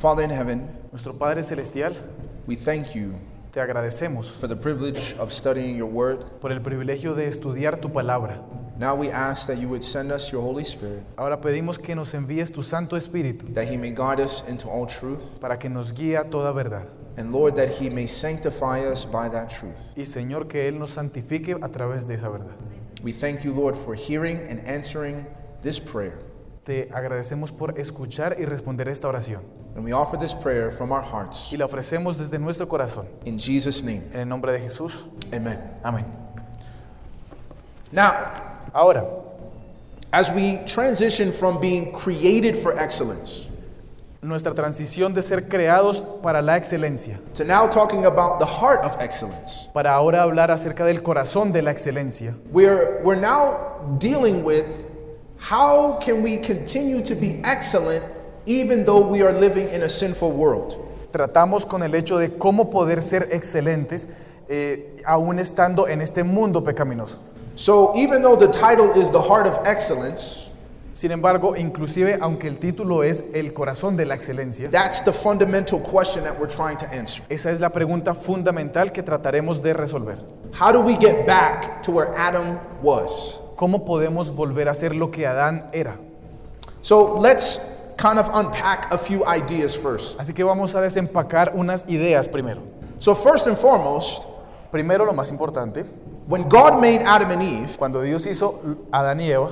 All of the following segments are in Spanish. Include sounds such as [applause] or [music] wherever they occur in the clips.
Father in heaven, Nuestro Padre Celestial, we thank you te agradecemos for the privilege of studying your word. por el privilegio de estudiar tu palabra. Now we ask that you would send us your Holy Spirit, Ahora pedimos que nos envíes tu Santo Espíritu that he may guide us into all truth, para que nos guíe a toda verdad. and Lord, that he may sanctify us by that truth. Y Señor, que Él nos santifique a través de esa verdad. We thank you, Lord, for hearing and answering this prayer. Te agradecemos por escuchar y responder esta oración. And we offer this prayer from our hearts. Y la ofrecemos desde nuestro corazón. In Jesus' name, En el nombre de Jesús. amen. Amén. Now, Ahora, as we transition from being created for excellence nuestra transición de ser creados para la excelencia. to now talking about the heart of excellence, Para ahora hablar acerca del corazón de la excelencia. We're, we're now dealing with how can we continue to be excellent even though we are living in a sinful world. tratamos con el hecho de cómo poder ser excelentes eh, aún estando en este mundo pecaminoso. So even though the title is the heart of excellence, Sin embargo, inclusive aunque el título es El corazón de la excelencia, that's the fundamental question that we're trying to answer. esa es la pregunta fundamental que trataremos de resolver. How do we get back to where Adam was? ¿Cómo podemos volver a ser lo que Adán era? So let's kind of unpack a few ideas first. Así que vamos a desempacar unas ideas primero. So first and foremost, Primero, lo más importante, when God made Adam and Eve, cuando Dios hizo a Adán y Eva,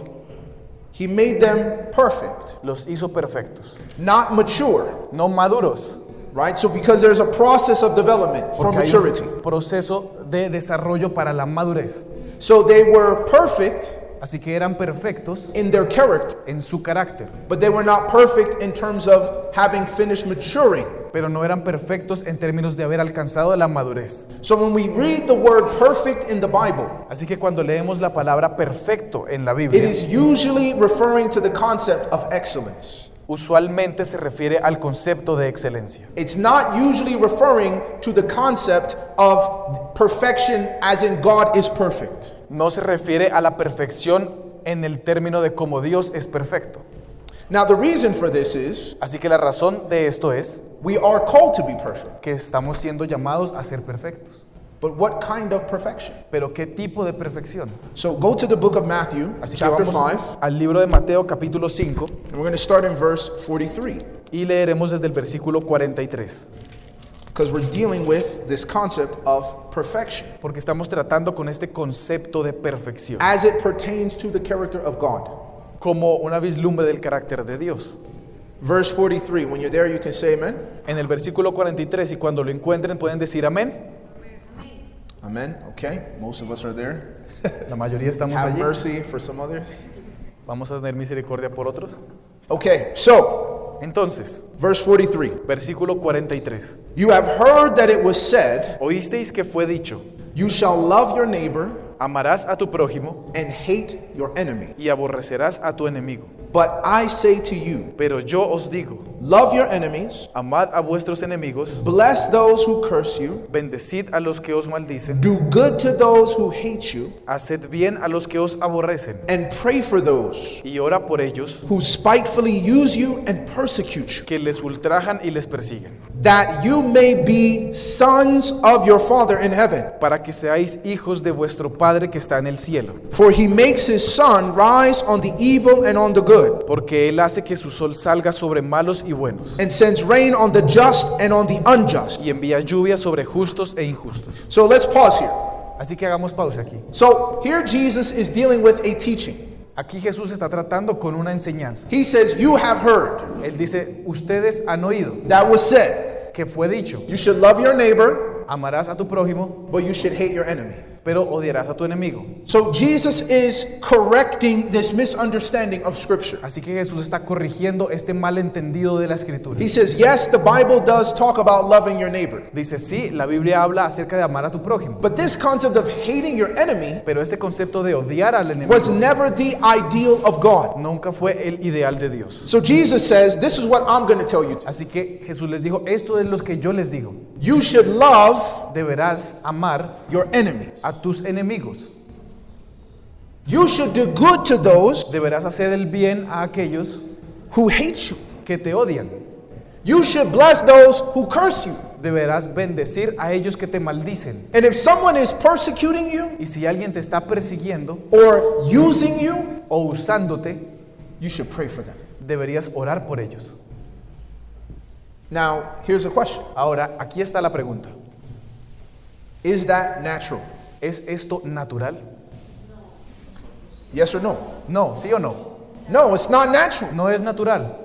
he made them perfect, los hizo perfectos, not mature. no maduros, Right? So because there's a process of development for porque hay maturity. un proceso de desarrollo para la madurez. So they were perfect Así que eran perfectos in their character, en su carácter, but they were not perfect in terms of having finished maturing. pero no eran perfectos en términos de haber alcanzado la madurez. So when we read the word perfect in the Bible, Así que cuando leemos la palabra perfecto en la it Biblia, is usually referring to the concept of excellence. usualmente se refiere al concepto de excelencia. It's not usually referring to the concept of perfection as in God is perfect. No se refiere a la perfección en el término de como Dios es perfecto. Now the reason for this is Así que la razón de esto es we are called to be perfect. que estamos siendo llamados a ser perfectos. But what kind of perfection? Pero ¿qué tipo de perfección? So go to the book of Matthew, Así que chapter vamos 5. al libro de Mateo capítulo 5 And we're going to start in verse 43 y leeremos desde el versículo 43. because we're dealing with this concept of perfection Porque estamos tratando con este concepto de perfección as it pertains to the character of God. como una vislumbre del carácter de Dios. Verse 43, when you're there, you can say amen. En el versículo 43, y cuando lo encuentren pueden decir amén. Amen. Okay, most of us are there. La mayoría estamos Have allí. mercy for some others. Vamos a tener misericordia por otros. Okay, so Entonces, verse 43. versículo 43. You have heard that it was said, Oísteis que fue dicho, You shall love your neighbor amarás a tu prójimo and hate your enemy. y aborrecerás a tu enemigo. But I say to you, Pero yo os digo, love your enemies, amad a vuestros enemigos, bless those who curse you, bendecid a los que os maldicen, do good to those who hate you, haced bien a los que os aborrecen, and pray for those y ora por ellos who spitefully use you and persecute you, que les ultrajan y les persiguen. that you may be sons of your Father in heaven. para que seáis hijos de vuestro Padre que está en el cielo, For he makes his sun rise on the evil and on the good, porque Él hace que su sol salga sobre malos y buenos, and sends rain on the just and on the unjust. y envía lluvia sobre justos e injustos. So let's pause here. Así que hagamos pausa aquí. So here Jesus is dealing with a teaching. Aquí Jesús está tratando con una enseñanza. He says, You have heard Él dice, ustedes han oído that was said, que fue dicho, you should love your neighbor, amarás a tu prójimo, but you should hate your enemy. pero odiarás a tu enemigo. So Jesus is correcting this misunderstanding of Scripture. Así que Jesús está corrigiendo este malentendido de la escritura. He says, Yes, the Bible does talk about loving your neighbor. Dice, sí, la Biblia habla acerca de amar a tu prójimo, But this concept of hating your enemy pero este concepto de odiar al enemigo was never the ideal of God. nunca fue el ideal de Dios. So Jesus says, This is what I'm going to tell you. to- Así que Jesús les dijo, esto es lo que yo les digo. You should love Deberás amar your enemy. a tus enemigos. You should do good to those Deberás hacer el bien a aquellos who hate you. que te odian. You should bless those who curse you. Deberás bendecir a ellos que te maldicen. And if someone is persecuting you Y si alguien te está persiguiendo or using you, o usándote, you should pray for them. deberías orar por ellos. Now, here's a question Ahora, aquí está la pregunta. Is that natural? ¿Es esto natural? Yes or no? No, sí o no. No, it's not natural. No es natural.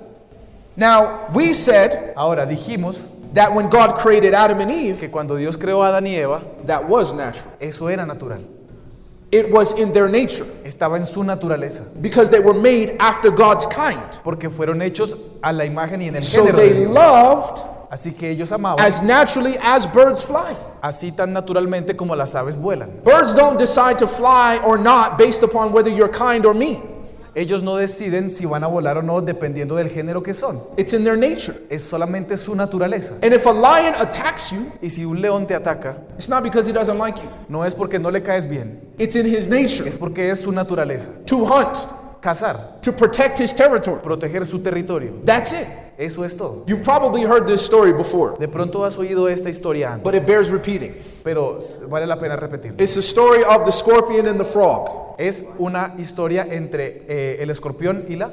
Now, we said Ahora, dijimos that when God created Adam and Eve, que cuando Dios creó a Adán y Eva, that was natural. eso era natural. It was in their nature Estaba en su naturaleza, because they were made after God's kind. porque fueron hechos a la imagen y en el So género de they Dios. loved Así que ellos amaban as naturally as birds fly. así tan naturalmente como las aves vuelan. Birds don't decide to fly or not based upon whether you're kind or mean. Ellos no deciden si van a volar o no dependiendo del género que son. It's in their nature. Es solamente su naturaleza. And if a lion attacks you, Y si un león te ataca, it's not because he doesn't like you. no es porque no le caes bien, It's in his nature es porque es su naturaleza. to hunt, Cazar, to protect his territory. proteger su territorio, That's it. eso es todo. You've probably heard this story before, De pronto has oído esta historia antes, but it bears repeating. pero s- vale la pena repetirla. It's the story of the scorpion and the frog. Es una historia entre eh, el escorpión y la,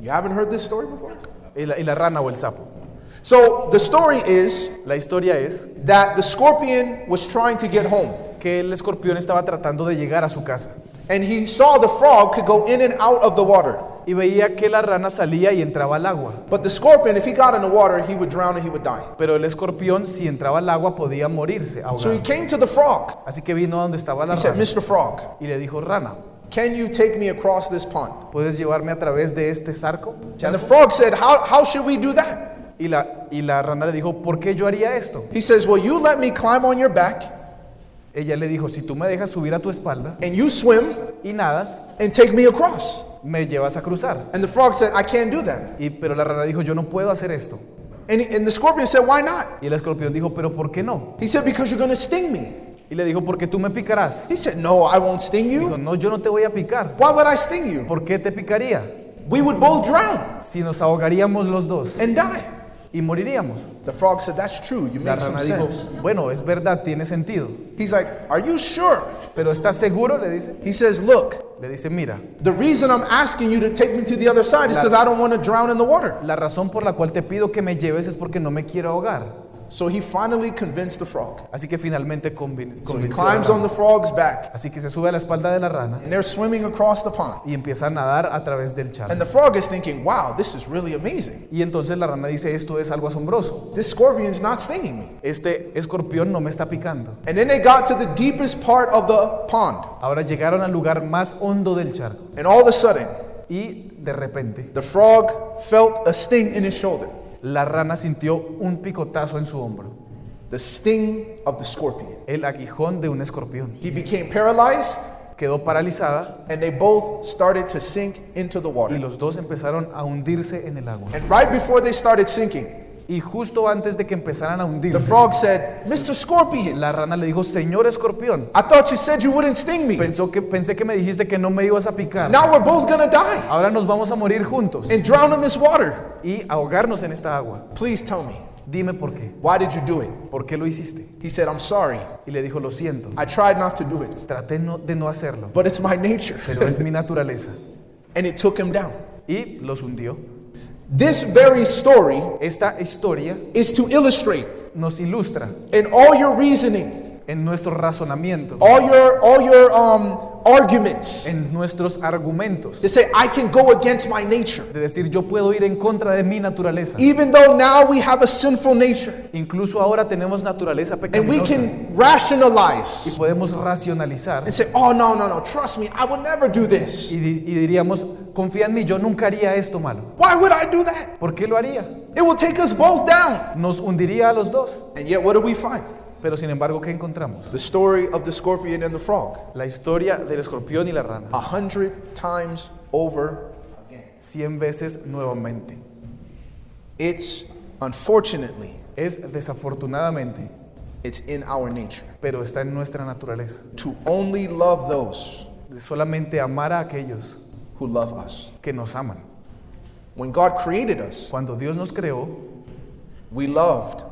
You haven't heard this story before? y la- y la rana o el sapo. So the story is La historia es that the scorpion was trying to get home, que el escorpión estaba tratando de llegar a su casa and he saw the frog could go in and out of the water. y veía que la rana salía y entraba al agua. But the scorpion, if he got in the water, he would drown and he would die. Pero el escorpión, si entraba al agua, podía morirse So he ahogado. came to the frog. Así que vino a donde estaba la He said, rana Mr. Frog, y le dijo, rana, can you take me across this pond? ¿puedes llevarme a través de este zarco? And the frog said, How, how should we do that? Y la, y la rana le dijo, ¿por qué yo haría esto? He says, Well, you let me climb on your back Ella le dijo, si tú me dejas subir a tu espalda and you swim y nadas, and take me across. me llevas a cruzar. And the frog said, I can't do that. Y, pero la rana dijo, yo no puedo hacer esto. And, he- and the scorpion said, Why not? Y el escorpión dijo, pero ¿por qué no? He said, Because you're going to sting me. Y le dijo, porque tú me picarás. He said, No, I won't sting Dijo, you. no, yo no te voy a picar. Why would I sting you? ¿Por qué te picaría? We would both drown Si nos ahogaríamos los dos and die. y moriríamos. The frog said, That's true. You La make some rana dijo, sense. bueno, es verdad, tiene sentido. He's like, Are you sure? Pero ¿estás seguro? Le dice. He says, Look, Le dice, mira, The reason I'm asking you to take me to the other side is because I don't want to drown in the water. la razón por la cual te pido que me lleves es porque no me quiero ahogar. So he finally convinced the frog. Así que finalmente convin- So he convenció a la climbs on rana. the frog's back, Así que se sube a la espalda de la rana and they're swimming across the pond. y empieza a nadar a través del charco. And the frog is thinking, wow, this is really amazing. Y entonces la rana dice, esto es algo asombroso. This scorpion's not stinging me. Este escorpión no me está picando. And then they got to the deepest part of the pond, Ahora llegaron al lugar más hondo del charco and all of a sudden, y de repente the frog felt a sting in his shoulder la rana sintió un picotazo en su hombro, the sting of the scorpion. el aguijón de un escorpión. He became paralyzed, Quedó paralizada and they both started to sink into the y water. los dos empezaron a hundirse en el agua. And right before they started sinking, Y justo antes de que empezaran a The hundirse, frog said, Mr. Scorpion, la rana le dijo, señor escorpión, I thought you said you wouldn't sting me. pensó que, pensé que me dijiste que no me ibas a picar. Now we're both gonna die Ahora nos vamos a morir juntos and drown in this water. y ahogarnos en esta agua. Please tell me, Dime por qué. why did you do it? ¿Por qué lo hiciste? He said, I'm sorry. Y le dijo, lo siento. I tried not to do it, Traté no- de no hacerlo, but it's my nature. pero es mi naturaleza. and it took him down. Y los hundió. This very story Esta historia is to illustrate nos ilustra in all your reasoning, en nuestro razonamiento, all your all your um, arguments en nuestros argumentos, to say I can go against my nature. de decir yo puedo ir en contra de mi naturaleza. Even though now we have a sinful nature Incluso ahora tenemos naturaleza and we pecaminosa can y rationalize podemos racionalizar and say, oh, no, no, no, trust me, I would never do this. y, di- y diríamos, confía en mí, yo nunca haría esto malo. Why would I do that? ¿Por qué lo haría? It will take us both down. Nos hundiría a los dos. And yet, what do we find? Pero sin embargo, ¿qué encontramos? The story of the scorpion and the frog. La historia del escorpión y la rana. A hundred times over, 100 veces nuevamente. it's unfortunately, Es desafortunadamente, it's in our nature pero está en nuestra naturaleza. to only love those de solamente amar a aquellos who love us. que nos aman. When God created us, Cuando Dios nos creó, We loved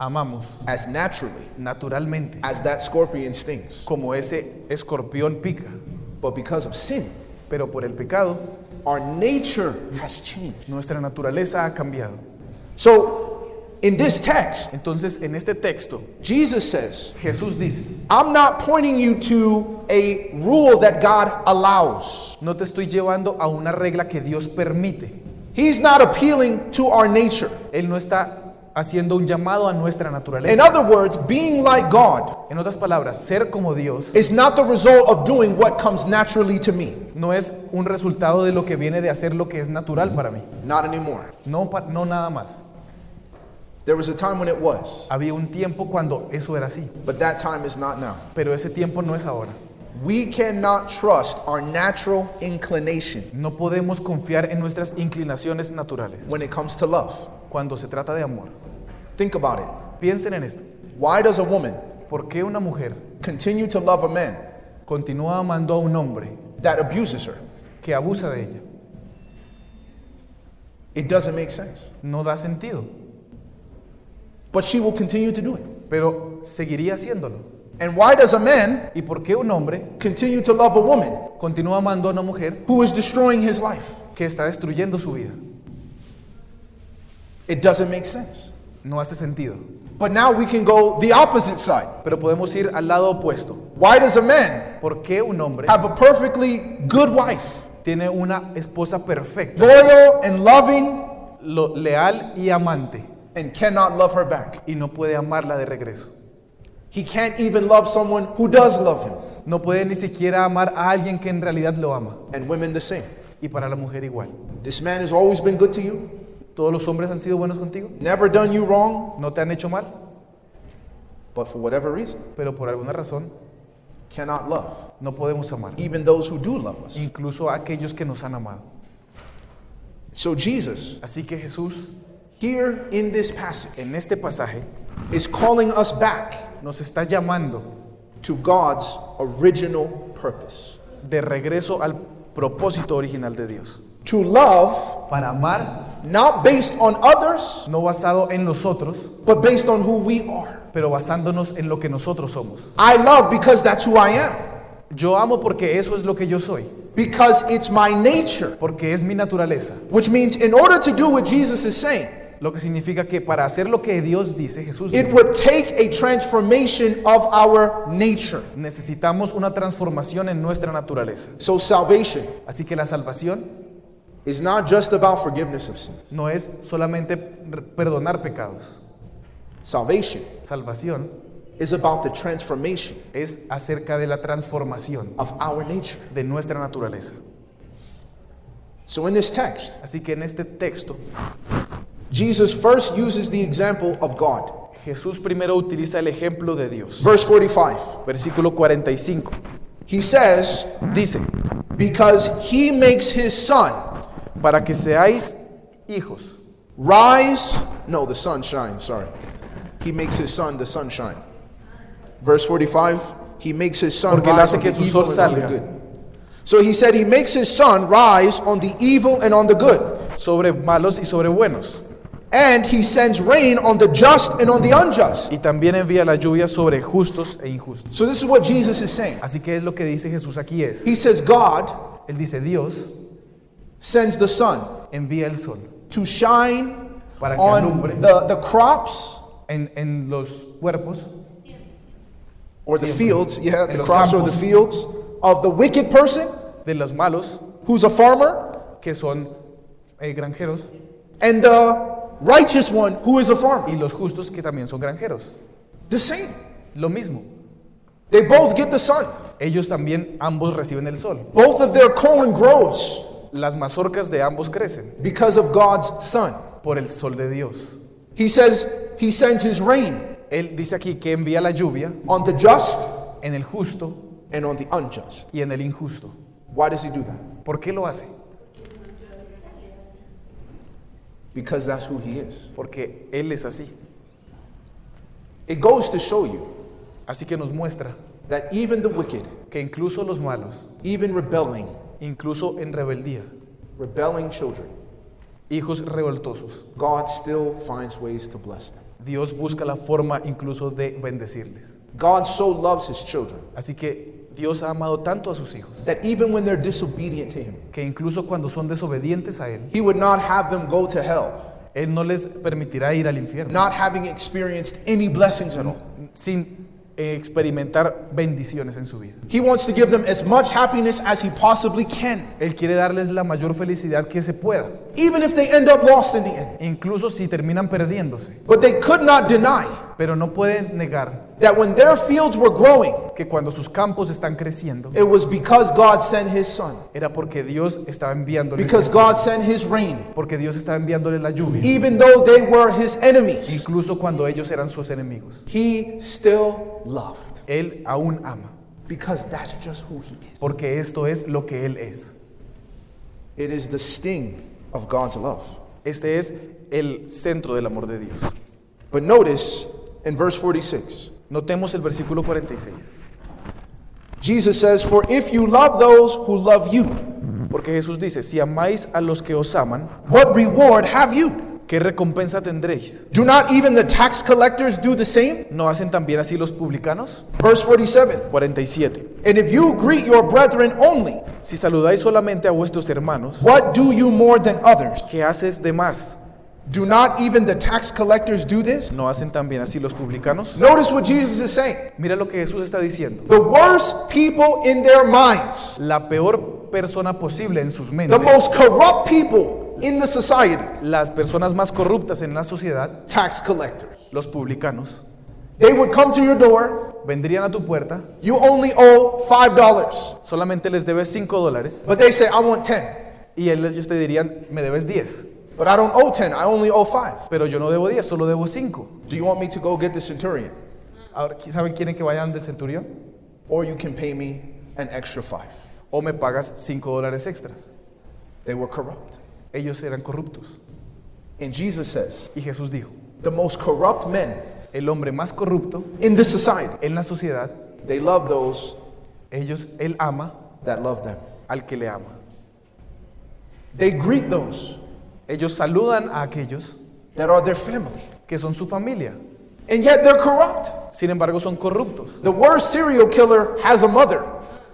amamos as naturally naturalmente, as that scorpion stings. como ese escorpión pica, But because of sin, pero por el pecado our nature has changed. nuestra naturaleza ha cambiado. So, in this text, Entonces, en este texto, Jesus says, Jesús dice, I'm not pointing you to a rule that God allows. no te estoy llevando a una regla que Dios permite. He's not appealing to our nature. Él no está haciendo un llamado a nuestra In naturaleza. other words, being like God En otras palabras, ser como Dios is not the result of doing what comes naturally to me. no es un resultado de lo que viene de hacer lo que es natural para mí. Not anymore. No, pa- no nada más. There was a time when it was, Había un tiempo cuando eso era así, but that time is not now. pero ese tiempo no es ahora. We cannot trust our natural inclination No podemos confiar en nuestras inclinaciones naturales when it comes to love. cuando se trata de amor. Think about it. Piensen en esto. Why does a woman ¿Por qué una mujer continue to love a man continúa amando a un hombre that abuses her? que abusa de ella? It doesn't make sense. No da sentido, But she will continue to do it. pero seguiría haciéndolo. And why does a man ¿Y por qué un hombre continue to love a woman continúa amando a una mujer who is destroying his life? que está destruyendo su vida? It doesn't make sense. No hace sentido. But now we can go the opposite side. Pero podemos ir al lado opuesto. Why does a man ¿Por qué un hombre have a perfectly good wife, tiene una esposa perfecta, loyal and loving, lo- leal y amante and cannot love her back? y no puede amarla de regreso? He can't even love someone who does love him. No puede ni siquiera amar a alguien que en realidad lo ama. And women the same. Y para la mujer igual. This man has always been good to you, Todos los hombres han sido buenos contigo, never done you wrong, no te han hecho mal, but for whatever reason, pero por alguna razón cannot love, no podemos amar. even those who do love us. Incluso a aquellos que nos han amado. So Jesus, Así que Jesús, here in this passage, en este pasaje, is calling us back nos está llamando to God's original purpose. de regreso al propósito original de Dios. To love, Para amar, not based on others, no basado en los otros, but based on who we are. pero basándonos en lo que nosotros somos. I love because that's who I am, Yo amo porque eso es lo que yo soy, because it's my nature. porque es mi naturaleza. Which means, in order to do what Jesus is saying, Lo que significa que para hacer lo que Dios dice, Jesús it dice, would take a transformation of our nature. necesitamos una transformación en nuestra naturaleza. So, salvation Así que la salvación is not just about forgiveness of sin, no es solamente per- perdonar pecados. salvation Salvación is about the transformation es acerca de la transformación of our nature. de nuestra naturaleza. So, in this text, Así que en este texto, Jesus first uses the example of God. Jesús primero utiliza el ejemplo de Dios. Verse 45. Versículo 45. He says, Dice, Because he makes his sun para que seáis hijos, rise. No, the sun shines, sorry. He makes his sun the sunshine. Verse 45, he makes his sun Porque él rise hace on que the su evil sol and on the salga. good. So he said, He makes his sun rise on the evil and on the good. sobre malos y sobre buenos. And he sends rain on the just and on the unjust. Y también envía la lluvia sobre justos e injustos. So this is what Jesus is saying. Así que es lo que dice Jesús aquí es. He says, God Él dice, Dios sends the sun envía el sol to shine para que alumbre on the, the crops en, en los cuerpos, or the fields, yeah, En the los crops or the campos. fields of the wicked person de los malos, who's a farmer que son eh, granjeros, and the righteous one who is a farmer. y los justos, que también son granjeros. The same. Lo mismo. They both get the sun. Ellos también ambos reciben el sol. Both of their corn grows Las mazorcas de ambos crecen because of God's sun. por el sol de Dios. He says he sends his rain Él dice aquí que envía la lluvia on the just en el justo and on the unjust. y en el injusto. Why does he do that? ¿Por qué lo hace? Because that's who he is. Porque Él es así. It goes to show you Así que nos muestra that even the wicked, que incluso los malos, even rebelling, incluso en rebeldía, rebelling children, hijos revoltosos, God still finds ways to bless them. Dios busca la forma incluso de bendecirles. God so loves his children Así que Dios ha amado tanto a sus hijos that even when they're disobedient to him, que incluso cuando son desobedientes a Él, he would not have them go to hell, Él no les permitirá ir al infierno not having experienced any blessings at all. sin eh, experimentar bendiciones en su vida. He wants to give them as much happiness as he possibly can, Él quiere darles la mayor felicidad que se pueda, even if they end up lost in the end. incluso si terminan perdiéndose. But they could not deny Pero no pueden negar that when their fields were growing, que cuando sus campos están creciendo, it was because God sent his son, era porque Dios estaba enviándole, because God sent his rain, porque Dios estaba enviándole la lluvia, even though they were his enemies. incluso cuando ellos eran sus enemigos. He still loved Él aún ama, because that's just who he is. porque esto es lo que Él es. It is the sting of God's love. Este es el centro del amor de Dios. But notice in verse 46, Notemos el versículo 46. Jesus says, For if you love those who love you, Porque Jesús dice, si amáis a los que os aman, what reward have you? ¿qué recompensa tendréis? Do not even the tax collectors do the same? ¿No hacen también así los publicanos? Verse 47, 47. And if you greet your brethren only, Si saludáis solamente a vuestros hermanos, what do you more than others? ¿qué haces de más? Do not even the tax collectors do this? ¿No hacen también así los publicanos? Notice what Jesus is saying. Mira lo que Jesús está diciendo. The worst people in their minds, La peor persona posible en sus the mentes, most corrupt people in the society, las personas más corruptas en la sociedad, tax collectors. los publicanos, They would come to your door, vendrían a tu puerta, you only owe $5, solamente les debes 5 dólares but they say, I want 10. y él- ellos te dirían, me debes 10, But I don't owe 10, I only owe 5. pero yo no debo 10, solo debo 5. Do you want me to go get the centurion? Ahora, ¿qui- ¿saben quieren que vayan del centurión? Or you can pay me an extra 5. O me pagas 5 dólares extras. They were corrupt. Ellos eran corruptos. And Jesus says, Y Jesús dijo, the most corrupt men el hombre más corrupto in this society, en la sociedad, they love those ellos, él ama that love them. al que le ama. They greet those Ellos saludan a aquellos that are their family. que son su familia. And yet they're corrupt. Sin embargo, son corruptos. The worst serial killer has a mother,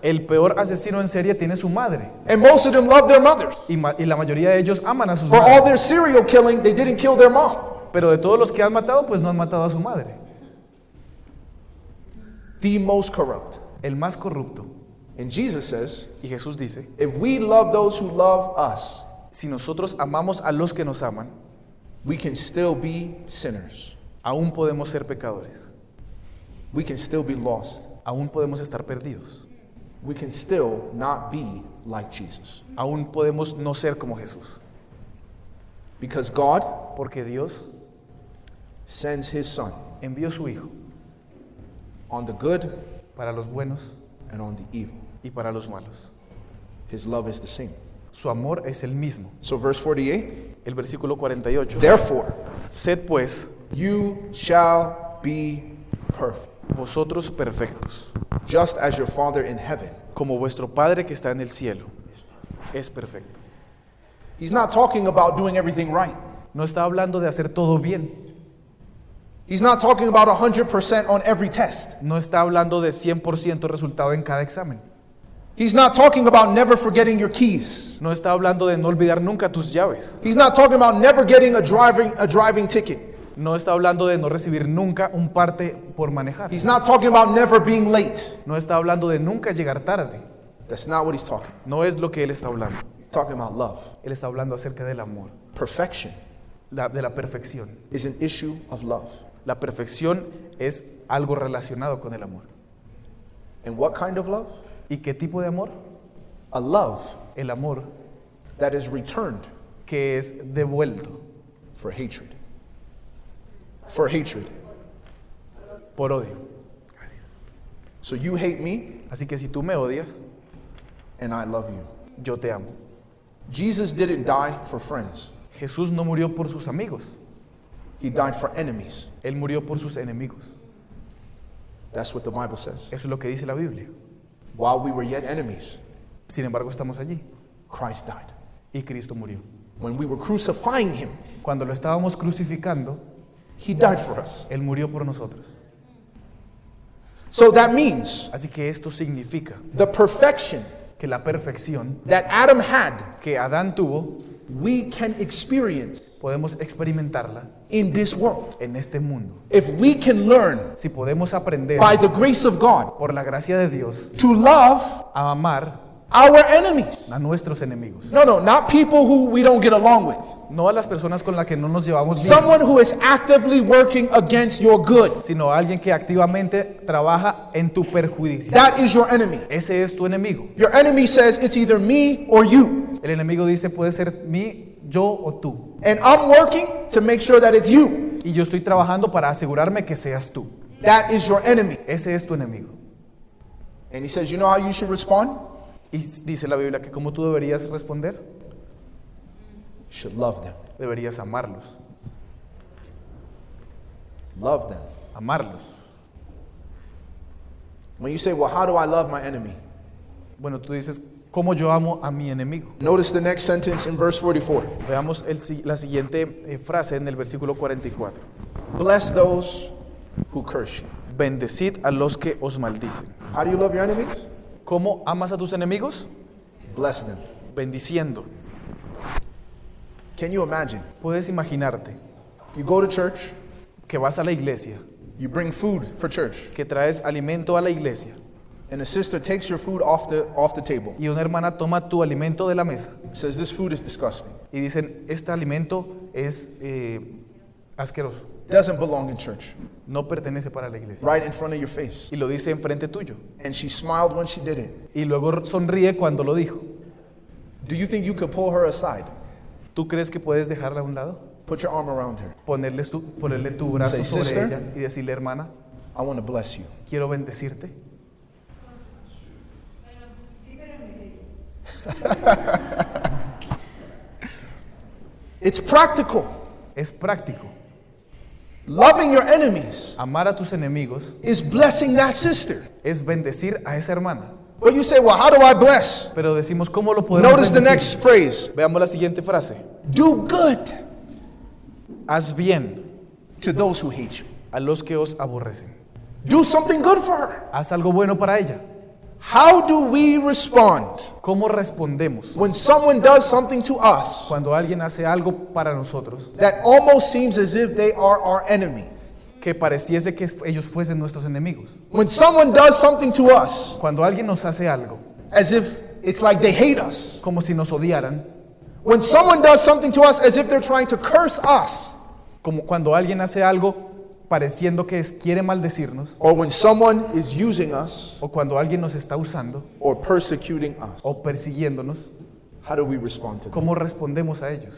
El peor asesino en serie tiene su madre. and most of them love their mothers. Y, ma- y la mayoría de ellos aman a sus For all madres. their serial killing, they didn't kill their mom. Pero de todos los que han matado, pues no han matado a su madre. The most corrupt. El más corrupto. And Jesus says, Y Jesús dice, if we love those who love us, si nosotros amamos a los que nos aman, we can still be sinners. aún podemos ser pecadores. We can still be lost. Aún podemos estar perdidos. We can still not be like Jesus. Aún podemos no ser como Jesús. Because God Porque Dios sends his son envió su Hijo on the good para los buenos and on the evil. y para los malos. His love is the same. Su amor es el mismo. So, verse 48 El versículo 48. Therefore, Sed pues you shall be perfect. vosotros perfectos, just as your Father in heaven. como vuestro Padre que está en el cielo es perfecto. He's not talking about doing everything right. No está hablando de hacer todo bien. He's not talking about 100% on every test. No está hablando de 100% resultado en cada examen. He's not talking about never forgetting your keys. No está hablando de no olvidar nunca tus llaves. He's not talking about never getting a driving a driving ticket. No está hablando de no recibir nunca un parte por manejar. He's not talking about never being late. No está hablando de nunca llegar tarde. That's not what he's talking. about. No es lo que él está hablando. He's talking about love. Él está hablando acerca del amor, Perfection la- de la perfección. is an issue of love. La perfección es algo relacionado con el amor. And what kind of love? ¿Y qué tipo de amor? A love El amor that is returned que es devuelto for hatred. For hatred. por odio. So you hate me Así que si tú me odias, and I love you. yo te amo. Jesus didn't die for friends. Jesús no murió por sus amigos, He died for enemies. él murió por sus enemigos. That's what the Bible says. Eso es lo que dice la Biblia. While we were yet enemies, Sin embargo, estamos allí Christ died. y Cristo murió. When we were crucifying him, Cuando lo estábamos crucificando, he died for us. Él murió por nosotros. So that means Así que esto significa the perfection que la perfección that Adam had, que Adán tuvo, we can experience podemos experimentarla in this world. en este mundo. If we can learn Si podemos aprender by the grace of God por la gracia de Dios to love a amar our enemies. a nuestros enemigos, No, no, not people who we don't get along with. no a las personas con las que no nos llevamos bien, Someone who is actively working against your good. sino a alguien que activamente trabaja en tu perjuicio. That is your enemy. Ese es tu enemigo. Your enemy says it's either me or you. El enemigo dice puede ser mí, yo o tú. And I'm working to make sure that it's you. Y yo estoy trabajando para asegurarme que seas tú. That is your enemy. Ese es tu enemigo. And he says, You know how you should respond? Y dice la Biblia que como tú deberías responder, You should love them. deberías amarlos, Love them. amarlos. When you say, Well, how do I love my enemy? Bueno, tú dices, ¿cómo yo amo a mi enemigo? Notice the next sentence in verse 44. Veamos el si- la siguiente eh, frase en el versículo 44. Bless those who curse you. Bendecid a los que os maldicen. How do you love your enemies? ¿Cómo amas a tus enemigos? Bless them. Bendiciendo. Can you imagine? Puedes imaginarte You go to church, que vas a la iglesia, you bring food for church, que traes alimento a la iglesia and a sister takes your food off the, off the table. y una hermana toma tu alimento de la mesa Says, This food is disgusting. y dicen, este alimento es eh, asqueroso, Doesn't belong in church. no pertenece para la iglesia. Right in front of your face. Y lo dice enfrente tuyo. And she smiled when she did it. Y luego sonríe cuando lo dijo. Do you think you could pull her aside? ¿Tú crees que puedes dejarla a un lado? Put your arm around her. Ponerles tu, ponerle tu brazo Say, sobre "Sister". ella y decirle, hermana, I want to bless you. quiero bendecirte. It's practical. Es práctico. Loving your enemies Amar a tus enemigos is blessing that sister. es bendecir a esa hermana. But you say, well, how do I bless? Pero decimos, ¿cómo lo podemos Notice the bendecir? next phrase Veamos la siguiente frase. do good Haz bien to those who hate you. a los que os aborrecen. Do something good for her. Haz algo bueno para ella. How do we respond ¿Cómo respondemos when someone does something to us cuando alguien hace algo para nosotros that almost seems as if they are our enemy? que pareciese que ellos fuesen nuestros enemigos? When someone does something to us Cuando alguien nos hace algo as if it's like they hate us. como si nos odiaran, When someone does something to us as if they're trying to curse us. como cuando alguien hace algo pareciendo que es- quiere maldecirnos, Or when someone is using us o cuando alguien nos está usando or persecuting us. o persiguiéndonos, How do we respond to that? ¿cómo respondemos a ellos?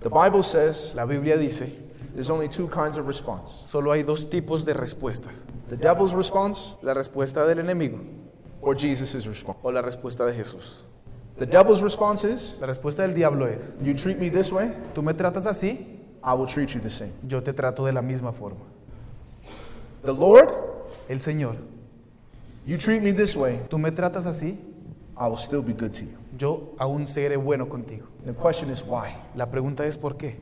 The Bible says La Biblia dice, there's only two kinds of response solo hay dos tipos de respuestas. the devil's response La respuesta del enemigo or Jesus' response. o la respuesta de Jesús. The devil's response is La respuesta del diablo es, you treat me this way, tú me tratas así, I will treat you the same. yo te trato de la misma forma. The Lord, El Señor, you treat me this way, tú me tratas así, I will still be good to you. yo aún seré bueno contigo. And the question is why? La pregunta es ¿por qué?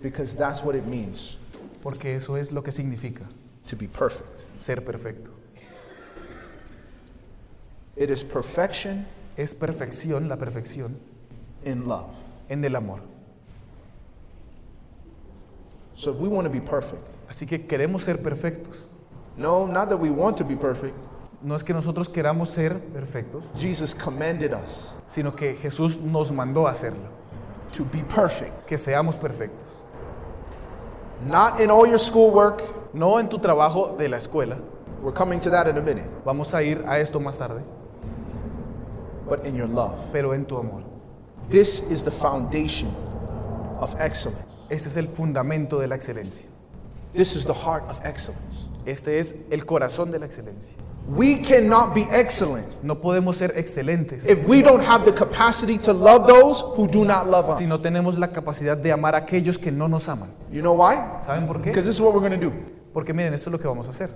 Because that's what it means Porque eso es lo que significa to be perfect. ser perfecto. It is perfection Es perfección, la perfección, in love. en el amor. So if we want to be perfect, Así que queremos ser perfectos. no, not that we want to be perfect. No es que nosotros queramos ser perfectos, Jesus commanded us sino que Jesús nos mandó a hacerlo, to be perfect. que seamos perfectos. Not in all your schoolwork. No en tu trabajo de la escuela, We're coming to that in a minute. vamos a ir a esto más tarde, But in your love. pero en tu amor. This is the foundation of excellence. Este es el fundamento de la excelencia. This is the heart of excellence. Este es el corazón de la excelencia. We cannot be excellent No podemos ser excelentes if we don't have the capacity to love those who do not love us. si no tenemos la capacidad de amar a aquellos que no nos aman. You know why? ¿Saben por qué? Because this is what we're going to do. Porque miren, esto es lo que vamos a hacer.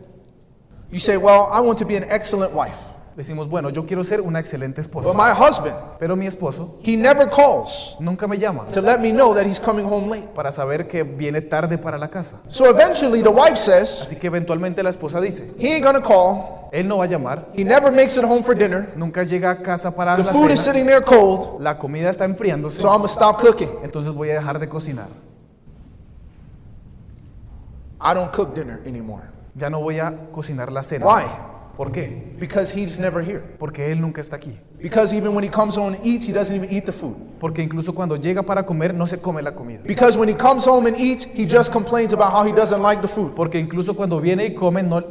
You say, Well, I want to be an excellent wife. Decimos, bueno, yo quiero ser una excelente esposa, But my husband, pero mi esposo he never calls nunca me llama to let me know that he's coming home late. para saber que viene tarde para la casa. So eventually the wife says, Así que eventualmente la esposa dice, he ain't gonna call. él no va a llamar, He never makes it home for dinner. nunca llega a casa para The la food is cena, sitting there cold, la comida está enfriándose, so I'm gonna stop cooking. entonces voy a dejar de cocinar. I don't cook dinner anymore Ya no voy a cocinar la cena. Why? ¿Por qué? because he's never here. Porque él nunca está aquí. Because even when he comes home and eats, he doesn't even eat the food. Porque incluso cuando llega para comer no se come la comida. Because when he comes home and eats, he just complains about how he doesn't like the food. Porque incluso cuando viene y come no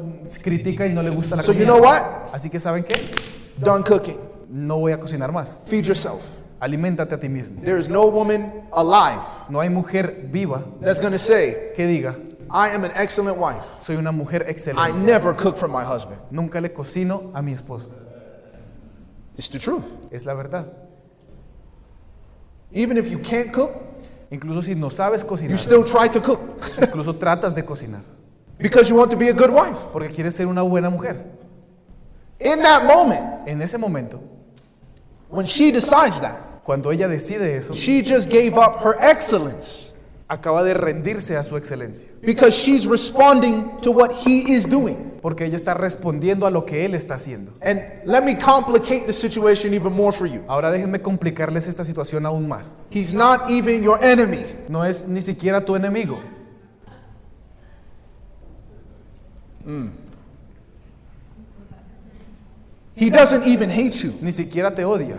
critica y no le gusta la So you comida. know what? Así que ¿saben qué? Done cooking. No voy a cocinar más. Feed yourself. Aliméntate a ti mismo. There is no woman alive No hay mujer viva that's gonna say, que diga, I am an excellent wife. soy una mujer I excelente. never cook for my husband. Nunca le cocino a mi esposo. It's the truth. Es la verdad. Even if you can't cook, Incluso si no sabes you cocinar, still try to cook [laughs] incluso tratas de cocinar. because you want to be a good wife. Porque quieres ser una buena mujer. In that moment, En ese momento, when she decides that, cuando ella decide eso, she just gave up her excellence acaba de rendirse a su excelencia. because she's responding to what he is doing. Porque ella está respondiendo a lo que él está haciendo. And let me complicate the situation even more for you. Ahora déjenme complicarles esta situación aún más. He's not even your enemy. No es ni siquiera tu enemigo. He doesn't even hate you. Ni siquiera te odia.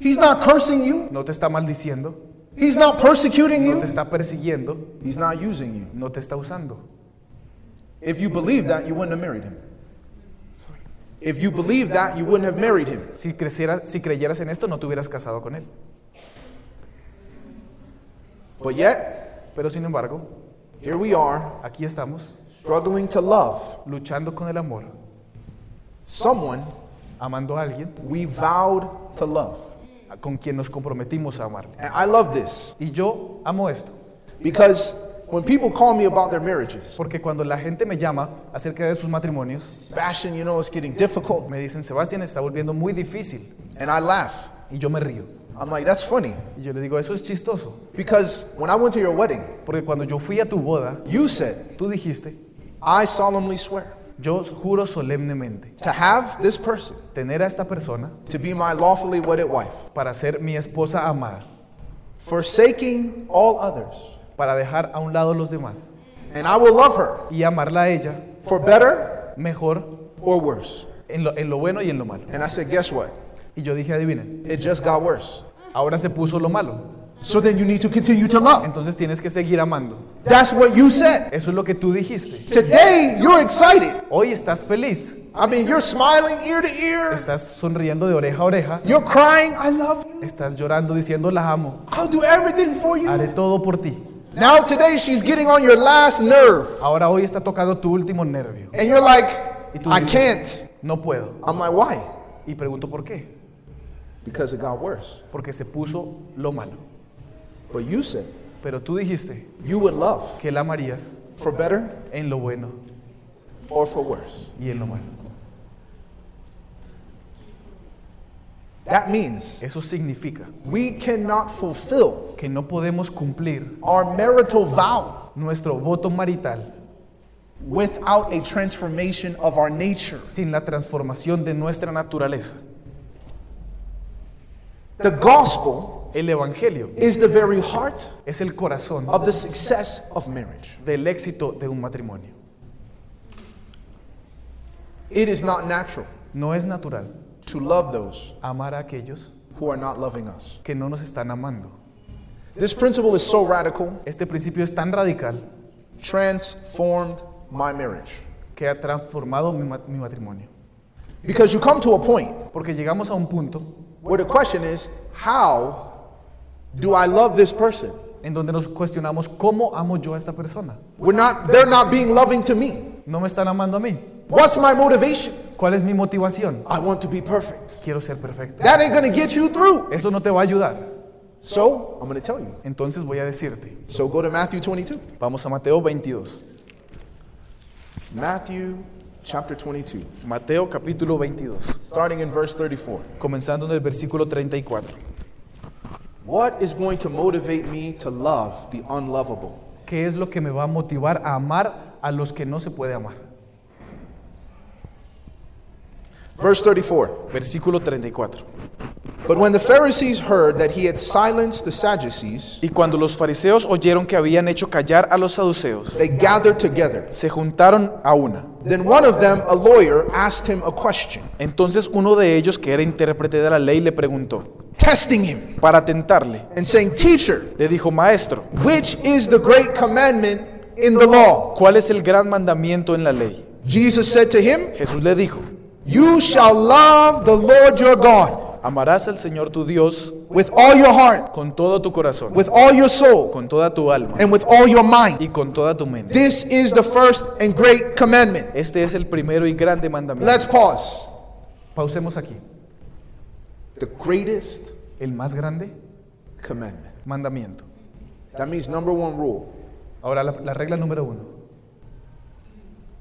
He's not cursing you. No te está maldiciendo. He's not persecuting No te you. está persiguiendo. He's not using you. No te está usando. If you believe that, you wouldn't have married him. If you believe that, you wouldn't have married him. Si, creciera, si creyeras en esto, no te hubieras casado con él. But yet, Pero sin embargo, here we are, aquí estamos struggling to love luchando con el amor, someone amando a alguien we vowed to love. con quien nos comprometimos a amarle. And I love this Y yo amo esto, because when people call me about their marriages, porque cuando la gente me llama acerca de sus matrimonios, Sebastian, you know, it's getting difficult. me dicen, Sebastián, está volviendo muy difícil. And I laugh. Y yo me río. I'm like, that's funny. Y yo le digo, eso es chistoso, Because when I went to your wedding, porque cuando yo fui a tu boda, you said, tú dijiste, I solemnly swear yo juro solemnemente to have this person tener a esta persona to be my lawfully wedded wife, para ser mi esposa amada, forsaking all others. para dejar a un lado los demás And I will love her y amarla a ella for better mejor or worse. en lo, en lo bueno y en lo malo. And I said, guess what? Y yo dije, adivinen, It just got worse. ahora se puso lo malo, So then you need to continue to love. entonces tienes que seguir amando. That's what you said. Eso es lo que tú dijiste. Today, you're excited. Hoy estás feliz, I mean, you're smiling ear to ear. estás sonriendo de oreja a oreja, You're crying, I love you. estás llorando diciendo la amo, I'll do everything for you. haré todo por ti. Now, today, she's getting on your last nerve. Ahora hoy está tocando tu último nervio. And you're like, Y tú I dices, can't. No puedo. I'm like, why? Y pregunto por qué. Because it got worse. Porque se puso lo malo. But you said Pero tú dijiste you would love que la amarías for better en lo bueno or for worse. y en lo malo. That means Eso significa we cannot fulfill que no podemos cumplir our marital vow nuestro voto marital without a transformation of our nature. sin la transformación de nuestra naturaleza. The gospel El Evangelio is the very heart es el corazón of the success of marriage. del éxito de un matrimonio. It is not natural No es natural to love those amar a aquellos who are not loving us. que no nos están amando. This principle is so radical, Este principio es tan radical transformed my marriage. que ha transformado mi, ma- mi matrimonio. Because you come to a point Porque llegamos a un punto where the question is, how do I love this person? en donde nos cuestionamos cómo amo yo a esta persona. We're not, they're not being loving to me. No me están amando a mí. What's my motivation? ¿Cuál es mi motivación? I want to be perfect. Quiero ser perfecta. That ain't gonna get you through. Eso no te va a ayudar. So I'm gonna tell you. Entonces voy a decirte. So go to Matthew 22. Vamos a Mateo 22. Matthew chapter 22, Mateo capítulo 22, starting in verse 34. comenzando en el versículo 34. What is going to motivate me to love the unlovable? ¿Qué es lo que me va a motivar a amar a los que no se puede amar? Verse 34. Versículo 34. But when the Pharisees heard that he had silenced the Sadducees, Y cuando los fariseos oyeron que habían hecho callar a los saduceos, they gathered together. se juntaron a una. Then one of them, a lawyer, asked him a question, Entonces uno de ellos, que era intérprete de la ley, le preguntó, testing him para tentarle, and saying, Teacher, le dijo, Maestro, which is the great commandment in the law? ¿cuál es el gran mandamiento en la ley? Jesus said to him, Jesús le dijo, You shall love the Lord your God amarás al Señor tu Dios with all your heart, con todo tu corazón, with all your soul, con toda tu alma and with all your mind. y con toda tu mente. This is the first and great commandment. Este es el primero y grande mandamiento. Let's pause. Pausemos aquí. The greatest El más grande commandment. mandamiento. That means number one rule. Ahora, la, la regla número uno.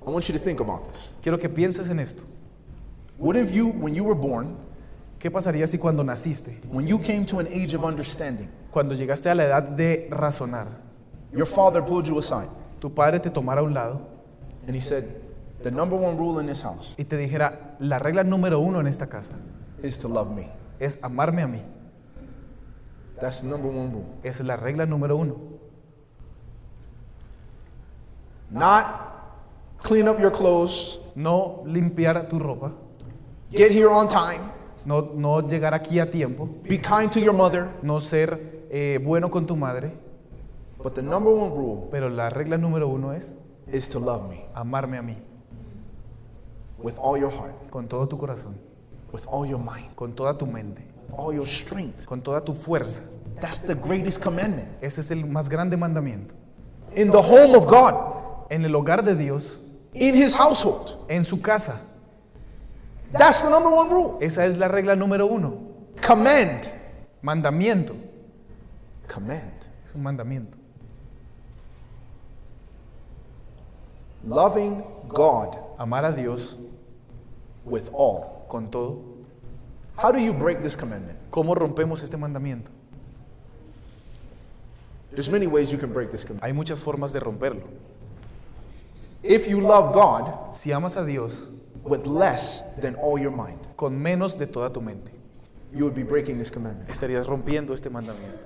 I want you to think about this. Quiero que pienses en esto. What if you, when you were born, ¿Qué pasaría si cuando naciste, when you came to an age of understanding, cuando llegaste a la edad de razonar, your father pulled you aside tu padre te tomara a un lado and he said, The number one rule in this house y te dijera, la regla número uno en esta casa is to love me. es amarme a mí? That's the number one rule. Es la regla número uno. Not clean up your clothes, No limpiar tu ropa, get here on time, no, no llegar aquí a tiempo, be kind to your mother. no ser eh, bueno con tu madre, But the number one rule pero la regla número uno es is to love me amarme a mí, with all your heart, con todo tu corazón, with all your mind, con toda tu mente, with all your strength. con toda tu fuerza. That's the greatest commandment. Ese es el más grande mandamiento. In the home of God, En el hogar de Dios, in his household, en su casa, that's the number one rule. Esa es la regla número uno. Command. Mandamiento. Command. Es un mandamiento. Loving God Amar a Dios with all. con todo. How do you break this commandment? ¿Cómo rompemos este mandamiento? There's many ways you can break this commandment. Hay muchas formas de romperlo. If you love God Si amas a Dios with less than all your mind, con menos de toda tu mente, you would be breaking this commandment. estarías rompiendo este mandamiento.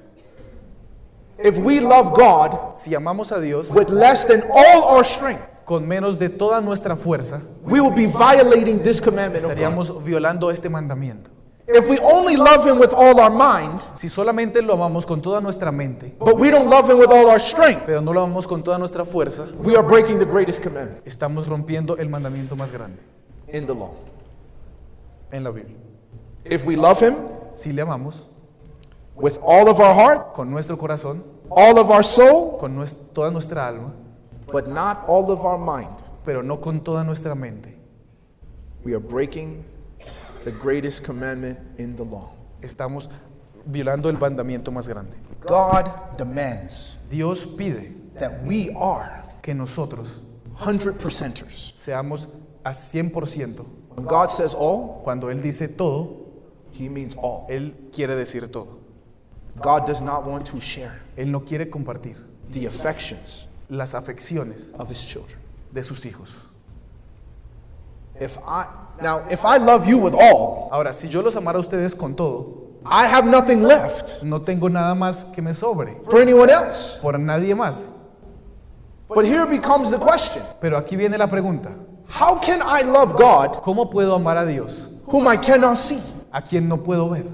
If we love God Si amamos a Dios with less than all our strength, con menos de toda nuestra fuerza, we will be violating this commandment of God. estaríamos violando este mandamiento. If we only love Him with all our mind, Si solamente lo amamos con toda nuestra mente, but we don't love Him with all our strength, pero no lo amamos con toda nuestra fuerza, we are breaking the greatest commandment estamos rompiendo el mandamiento más grande in the law. en la Biblia. If we love Him Si le amamos with all of our heart, con nuestro corazón, all of our soul, con nues- toda nuestra alma, but not all of our mind, pero no con toda nuestra mente. we are breaking the greatest commandment in the law. Estamos violando el mandamiento más grande. God demands Dios pide that we are que nosotros 100 percenters. seamos a 100%. When God says all, Cuando Él dice todo, he means all. Él quiere decir todo. God does not want to share Él no quiere compartir the affections las afecciones of his children. de sus hijos. If I now if I love you with all, Ahora, si yo los amara a ustedes con todo, I have nothing left no tengo nada más que me sobre, for anyone else. por nadie más. But here becomes the question. Pero aquí viene la pregunta, How can I love God ¿cómo puedo amar a Dios whom I cannot see? a quien no puedo ver?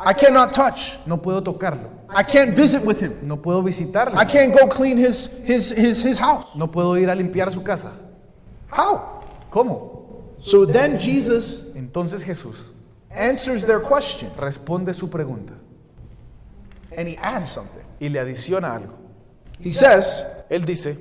I cannot touch. No puedo tocarlo, I can't visit with him. no puedo visitarlo. I can't go clean his his his his house. No puedo ir a limpiar su casa. How? ¿Cómo? So then Jesus Entonces Jesús answers their question responde su pregunta and he adds something. y le adiciona algo. He says Él dice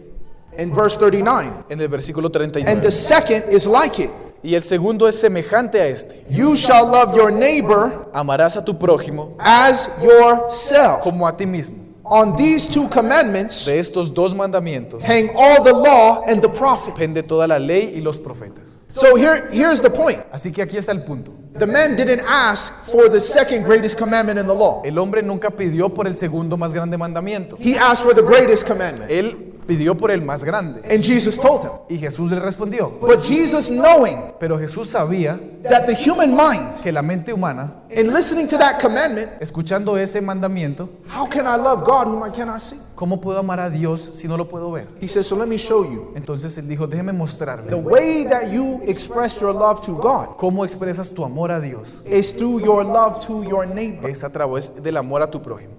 in verse 39, en el versículo and the 39, second is like it. y el segundo es semejante a este. You shall love your neighbor Amarás a tu prójimo as yourself. como a ti mismo. On these two commandments De estos dos mandamientos hang all the law and the prophets. depende toda la ley y los profetas. So here, here's the point. Así que aquí está el punto. The man didn't ask for the second greatest commandment in the law. El hombre nunca pidió por el segundo más grande mandamiento. He asked for the greatest commandment. Él pidió por el más grande. And Jesus told him. Y Jesús le respondió. But Jesus, knowing Pero Jesús sabía that the human mind, que la mente humana, in listening to that commandment, escuchando ese mandamiento, how can I love God whom I cannot see? ¿cómo puedo amar a Dios si no lo puedo ver? He says, So let me show you. Entonces él dijo, déjeme The mostrarle way that you express your love to God cómo expresas tu amor a Dios. is through your love to your neighbor. Es a través del amor a tu prójimo.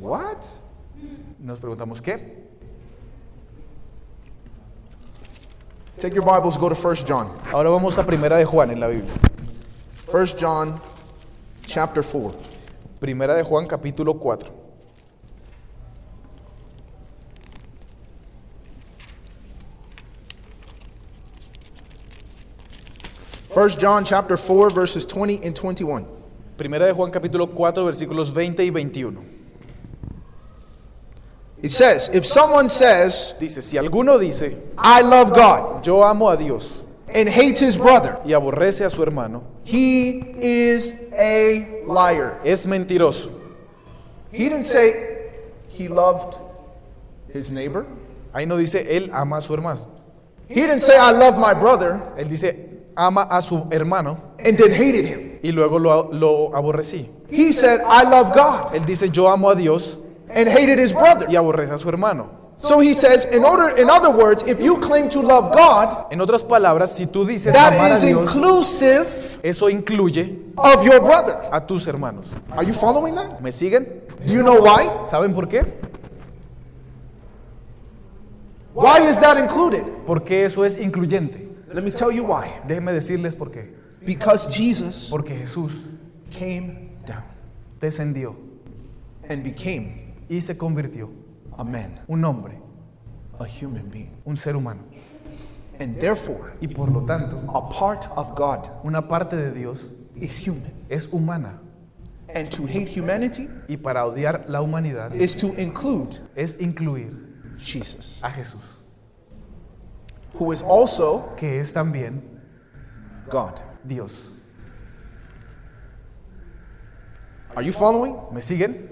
What? Nos preguntamos qué. Take your Bibles, go to 1 John. Ahora vamos a Primera de Juan en la Biblia. 1 John chapter 4. Primera de Juan capítulo 4. First John chapter 4 verses 20 and 21. Primera de Juan capítulo 4 versículos 20 y 21. It says, if someone says, Dice, si alguno dice, I love God yo amo a Dios and hates his brother, y aborrece a su hermano, he is a liar. es mentiroso. He didn't say he loved his neighbor. Ahí no dice, él ama a su hermano. He didn't say I love my brother Él dice, ama a su hermano and then hated him. y luego lo, lo aborrecí. He said I love God Él dice, yo amo a Dios and hated his brother. y aborrece a su hermano. So he says in order in other words, if you claim to love God, En otras palabras, si tú dices amar that a is Dios, inclusive eso incluye of your brother. a tus hermanos. Are you following that? ¿Me siguen? Do you know why? ¿Saben por qué? Why is that included? Porque eso es incluyente. Let me tell you why. Déjenme decirles por qué. Because Jesus Porque Jesús came down descendió and became y se convirtió a man, un hombre, a human being, un ser humano. and therefore Y por lo tanto, a part of God una parte de Dios is human. es humana. And to hate humanity Y para odiar la humanidad is to include es incluir Jesus, a Jesús, who is also que es también God. Dios. Are you following? ¿Me siguen?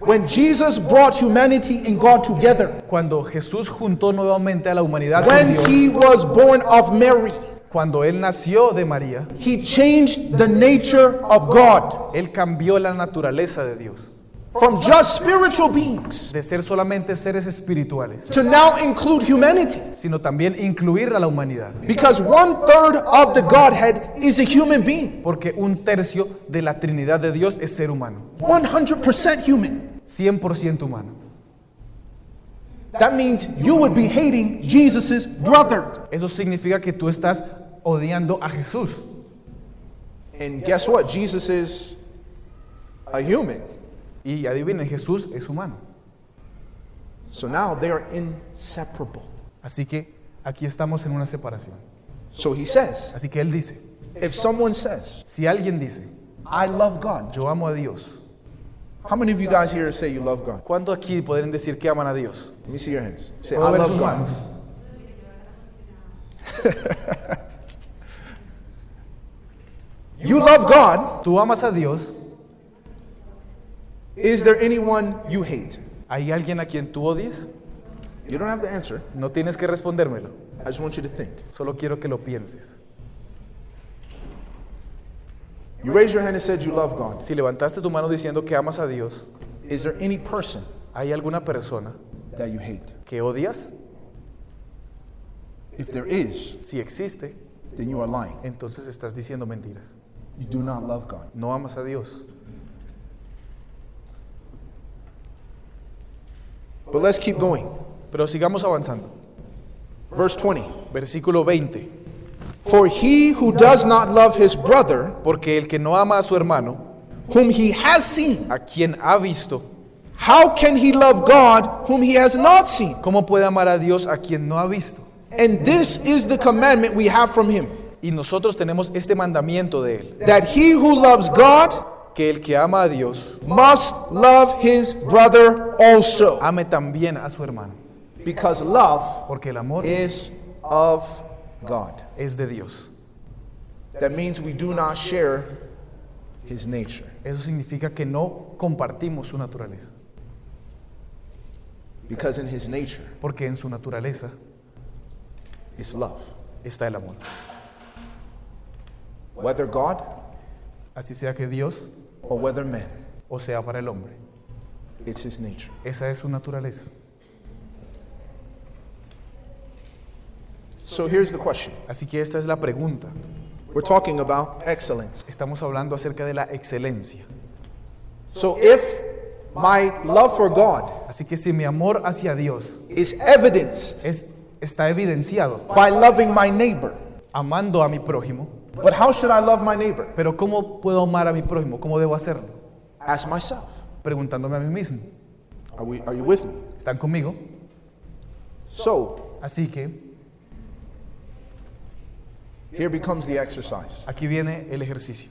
When Jesus brought humanity and God together, Cuando Jesús juntó nuevamente a la humanidad con when Dios, he was born of Mary, cuando Él nació de María, he changed the nature of God Él cambió la naturaleza de Dios, from just spiritual beings de ser solamente seres espirituales, to now include humanity. sino también incluir a la humanidad, Because one third of the Godhead is a human being, porque un tercio de la Trinidad de Dios es ser humano, 100% human. 100% humano. That means you would be hating Jesus' brother. Eso significa que tú estás odiando a Jesús. And guess what? Jesus is a human. Y adivinen, Jesús es humano. So now they are inseparable. Así que aquí estamos en una separación. So he says, Así que Él dice, if someone says, Si alguien dice, I love God, yo amo a Dios, how many of you guys here say you love God? ¿cuánto aquí podrían decir que aman a Dios? Let me see your hands. Say, I Puedo ver love sus God. manos. You love God. Tú amas a Dios, Is there anyone you hate? ¿hay alguien a quien tú odies? You don't have to answer. No tienes que respondérmelo, I just want you to think. solo quiero que lo pienses. You raised your hand and said you love God. Si levantaste tu mano diciendo que amas a Dios, Is there any person ¿hay alguna persona that you hate? que odias? If there is, Si existe, then you are lying. entonces estás diciendo mentiras. You do not love God. No amas a Dios. But let's keep going. Pero sigamos avanzando. Verse 20. Versículo 20. For he who does not love his brother, Porque el que no ama a su hermano, whom he has seen, a quien ha visto, how can he love God whom he has not seen? ¿cómo puede amar a Dios a quien no ha visto? And this is the commandment we have from him Y nosotros tenemos este mandamiento de Él. that he who loves God que el que ama a Dios must love his brother also, ame también a su hermano, because love porque el amor is of God. es de Dios. That means we do not share his nature. Eso significa que no compartimos su naturaleza, Because in his nature porque en su naturaleza is love. está el amor. Whether God Así sea que Dios or whether man, o sea para el hombre, it's his nature. esa es su naturaleza. So here's the question Así que esta es la pregunta. we're talking about excellence. Estamos hablando acerca de la excelencia. So if my love for God Así que si mi amor hacia Dios is evidenced es, está evidenciado by loving my neighbor, amando a mi prójimo, but how should I love my neighbor? pero ¿cómo puedo amar a mi prójimo? ¿Cómo debo hacerlo? Ask myself. Preguntándome a mí mismo. Are, we, are you with me? ¿Están conmigo? So Así que here becomes the exercise. aquí viene el ejercicio.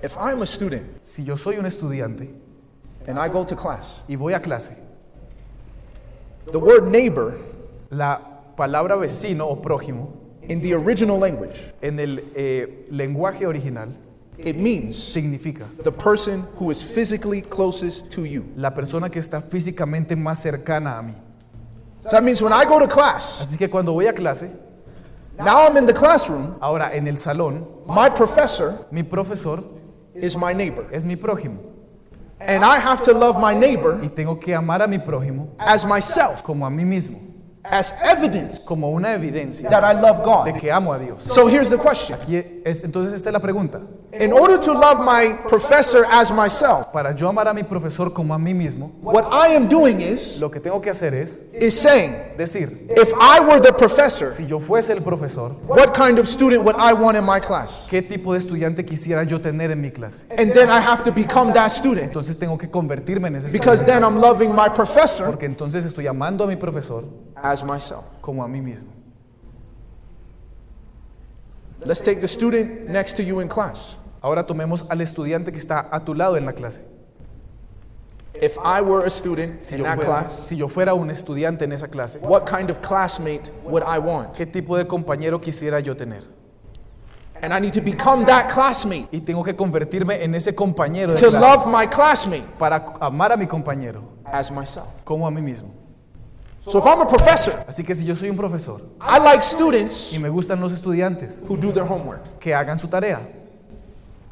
If I'm a student Si yo soy un estudiante and I go to class, y voy a clase, the word neighbor la palabra vecino o prójimo in the original language, en el eh, lenguaje original it means significa the person who is physically closest to you. la persona que está físicamente más cercana a mí. So that means when I go to class, Así que cuando voy a clase, now I'm in the classroom, ahora en el salón, my professor mi profesor is my neighbor. es mi prójimo. And I have to love my neighbor y tengo que amar a mi prójimo as myself, como a mí mismo, as evidence como una evidencia that I love de God. que amo a Dios. So here's the question Aquí es, entonces esta es la pregunta. In order to love my professor as myself, Para yo amar a mi profesor como a mí mismo, what I am doing is, lo que tengo que hacer es is saying, decir, If I were the professor, si yo fuese el profesor, what kind of student would I want in my class? ¿qué tipo de estudiante quisiera yo tener en mi clase? And then I have to become that student Entonces tengo que convertirme en ese because estudiante, then I'm loving my professor porque entonces estoy amando a mi profesor as myself. como a mí mismo. Let's take the student next to you in class. Ahora tomemos al estudiante que está a tu lado en la clase. If I were a student Si in yo that fuera, class, si yo fuera un estudiante en esa clase, what kind of classmate would I want? ¿qué tipo de compañero quisiera yo tener? And I need to become that classmate y tengo que convertirme en ese compañero de to clase love my classmate para amar a mi compañero as myself. como a mí mismo. So if I'm a professor, Así que si yo soy un profesor I like students y me gustan los estudiantes who do their homework. que hagan su tarea,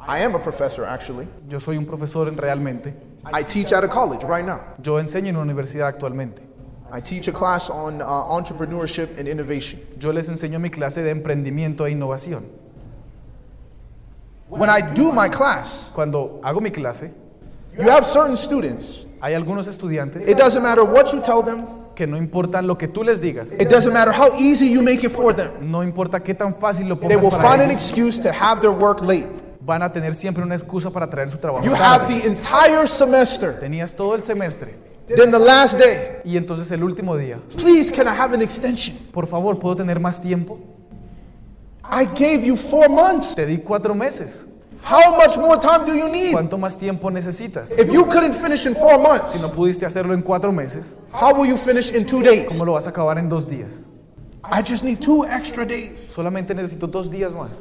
I am a professor, actually. yo soy un profesor en- realmente, I teach at a college right now. yo enseño en una universidad actualmente, I teach a class on uh, entrepreneurship and innovation. yo les enseño mi clase de emprendimiento e innovación. When I do my class, Cuando hago mi clase, you have certain students. hay algunos estudiantes It doesn't matter what you tell them, que no importa lo que tú les digas, it doesn't matter how easy you make it for them. no importa qué tan fácil lo They pongas will find para an ellos, excuse to have their work late. van a tener siempre una excusa para traer su trabajo. You have tarde. the entire semester, Tenías todo el semestre then the last day. y entonces el último día Please, can I have an extension? Por favor, ¿puedo tener más tiempo? I gave you four months. Te di cuatro meses. How much more time do you need? ¿Cuánto más tiempo necesitas? If you couldn't finish in four Si no months, pudiste hacerlo en cuatro meses, how will you finish in two days? ¿cómo lo vas a acabar en dos días? I just need two extra days. Solamente necesito dos días más.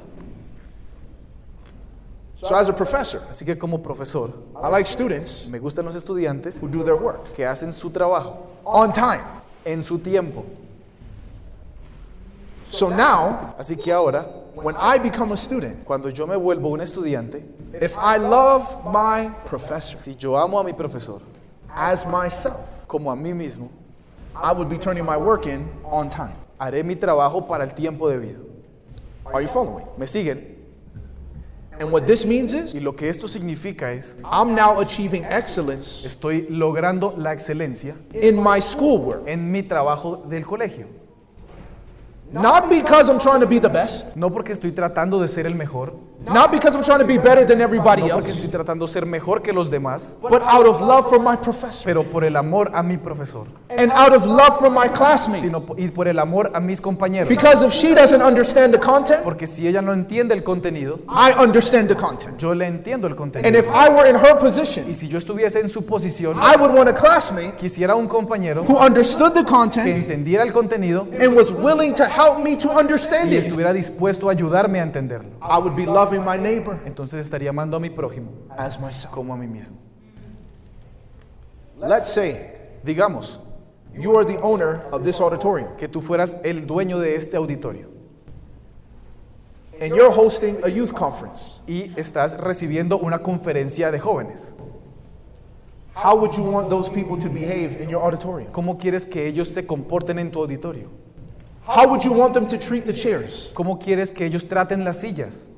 So, as a professor, Así que como profesor, I like students me gustan los estudiantes who do their work que hacen su trabajo on time. en su tiempo. So now, Así que ahora, when I become a student, cuando yo me vuelvo un estudiante, if I love my professor si yo amo a mi profesor as myself, como a mí mismo, I would be turning my work in on time. haré mi trabajo para el tiempo debido. Are you following? ¿Me siguen? And what this means is Y lo que esto significa es, I'm now achieving excellence estoy logrando la excelencia in my schoolwork. en mi trabajo del colegio. Not because I'm trying to be the best, No porque estoy tratando de ser el mejor, not because I'm trying to be better than everybody no porque else, estoy tratando de ser mejor que los demás, but out of love for my professor pero por el amor a mi profesor and out of love for my classmates. sino po- y por el amor a mis compañeros. Because if she doesn't understand the content, Porque si ella no entiende el contenido, I understand the content. yo le entiendo el And contenido. if I were in her Y position, si yo estuviese en su posición, I would want a classmate quisiera un compañero who understood the que content entendiera el contenido and was willing to help me to understand y it. estuviera dispuesto a ayudarme a entenderlo. I would be loving my neighbor Entonces estaría amando a mi prójimo as myself. como a mí mismo. Let's say Digamos you are the owner of this auditorium que tú fueras el dueño de este auditorio and you're hosting a youth conference. y estás recibiendo una conferencia de jóvenes. How would you want those people to behave in your auditorium? ¿Cómo quieres que ellos se comporten en tu auditorio? How would you want them to treat the chairs? ¿Cómo quieres que ellos traten las sillas?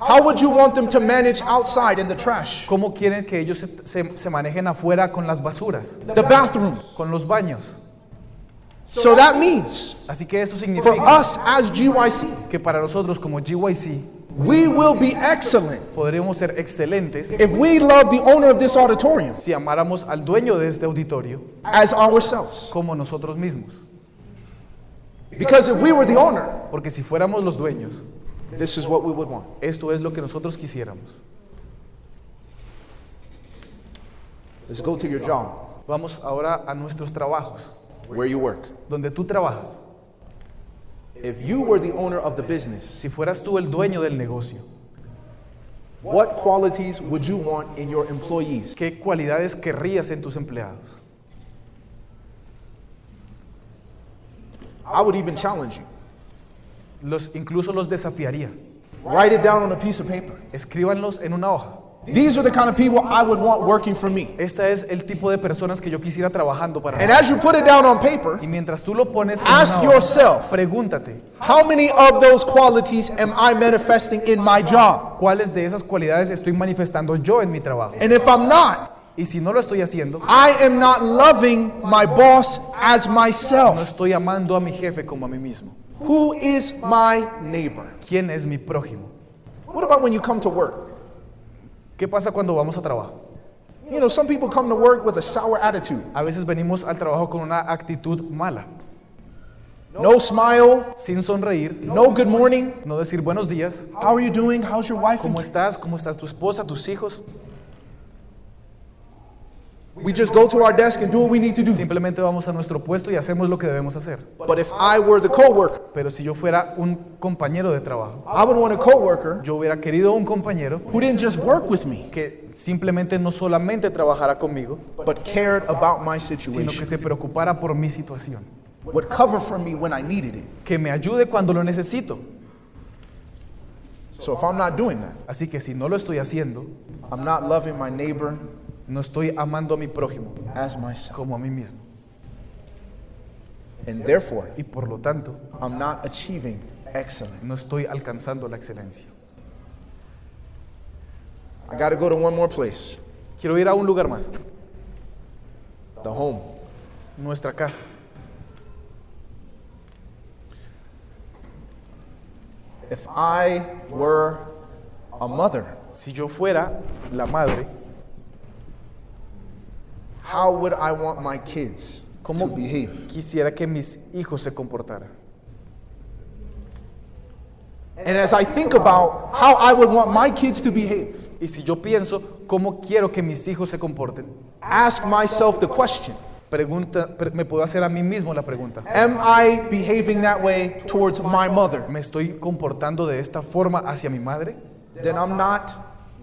How would you want them to manage outside in the trash, ¿Cómo quieren que ellos se, se- se manejen afuera con las basuras, the bathrooms? con los baños? So that means Así que eso for Ah. significa us as GYC, que para nosotros como GYC we will be excellent podremos ser excelentes if we love the owner of this auditorium si amáramos al dueño de este auditorio as ourselves. como nosotros mismos. Because if we were the owner, Porque si fuéramos los dueños, this is what we would want. esto es lo que nosotros quisiéramos. Let's go to your job, Vamos ahora a nuestros trabajos, where you work. donde tú trabajas. If you were the owner of the business, Si fueras tú el dueño del negocio, what qualities would you want in your employees? ¿qué cualidades querrías en tus empleados? I would even challenge you. Los, incluso los desafiaría. Write it down on a piece of paper. Escríbanlos en una hoja. These are the kind of people I would want working for me. Esta es el tipo de personas que yo quisiera trabajando para mí. And as you put it down on paper, Y mientras tú lo pones, en Ask una hoja, yourself. pregúntate, how many of those qualities am I manifesting in my job? ¿cuáles de esas cualidades estoy manifestando yo en mi trabajo? And if I'm not, Y si no lo estoy haciendo, I am not loving my boss as no myself. estoy amando a mi jefe como a mí mismo. Who is my neighbor? ¿Quién es mi prójimo? What about when you come to work? ¿Qué pasa cuando vamos a trabajo? You know, some people come to work with a sour attitude A veces venimos al trabajo con una actitud mala, no smile, sin sonreír, no good morning. no decir buenos días, How are you doing? How's your wife? and ¿cómo estás? ¿Cómo estás tu esposa, tus hijos? kids?" We just go to our desk and do what we need to do. Simplemente vamos a nuestro puesto y hacemos lo que debemos hacer. But if I were the coworker, Pero si yo fuera un compañero de trabajo, I would want a coworker yo hubiera querido un compañero who didn't just work with me, que simplemente no solamente trabajara conmigo, but cared about my sino que situation, se preocupara por mi situación, would cover for me when I needed it. que me ayude cuando lo necesito. So if I'm not doing that, Así que si no lo estoy haciendo, I'm not loving my neighbor no estoy amando a mi prójimo as myself. como a mí mismo. And therefore, Y por lo tanto, I'm not achieving excellence. no estoy alcanzando la excelencia. I got to go to one more place Quiero ir a un lugar más, the home. nuestra casa. If I were a mother, Si yo fuera la madre, how would I want my kids to ¿cómo behave? quisiera que mis hijos se comportaran? And as I think about how I would want my kids to behave, Y si yo pienso cómo quiero que mis hijos se comporten, ask myself the question pregunta, pre- me puedo hacer a mí mismo la pregunta. Am I behaving that way towards my mother? me estoy comportando de esta forma hacia mi madre, Then I'm not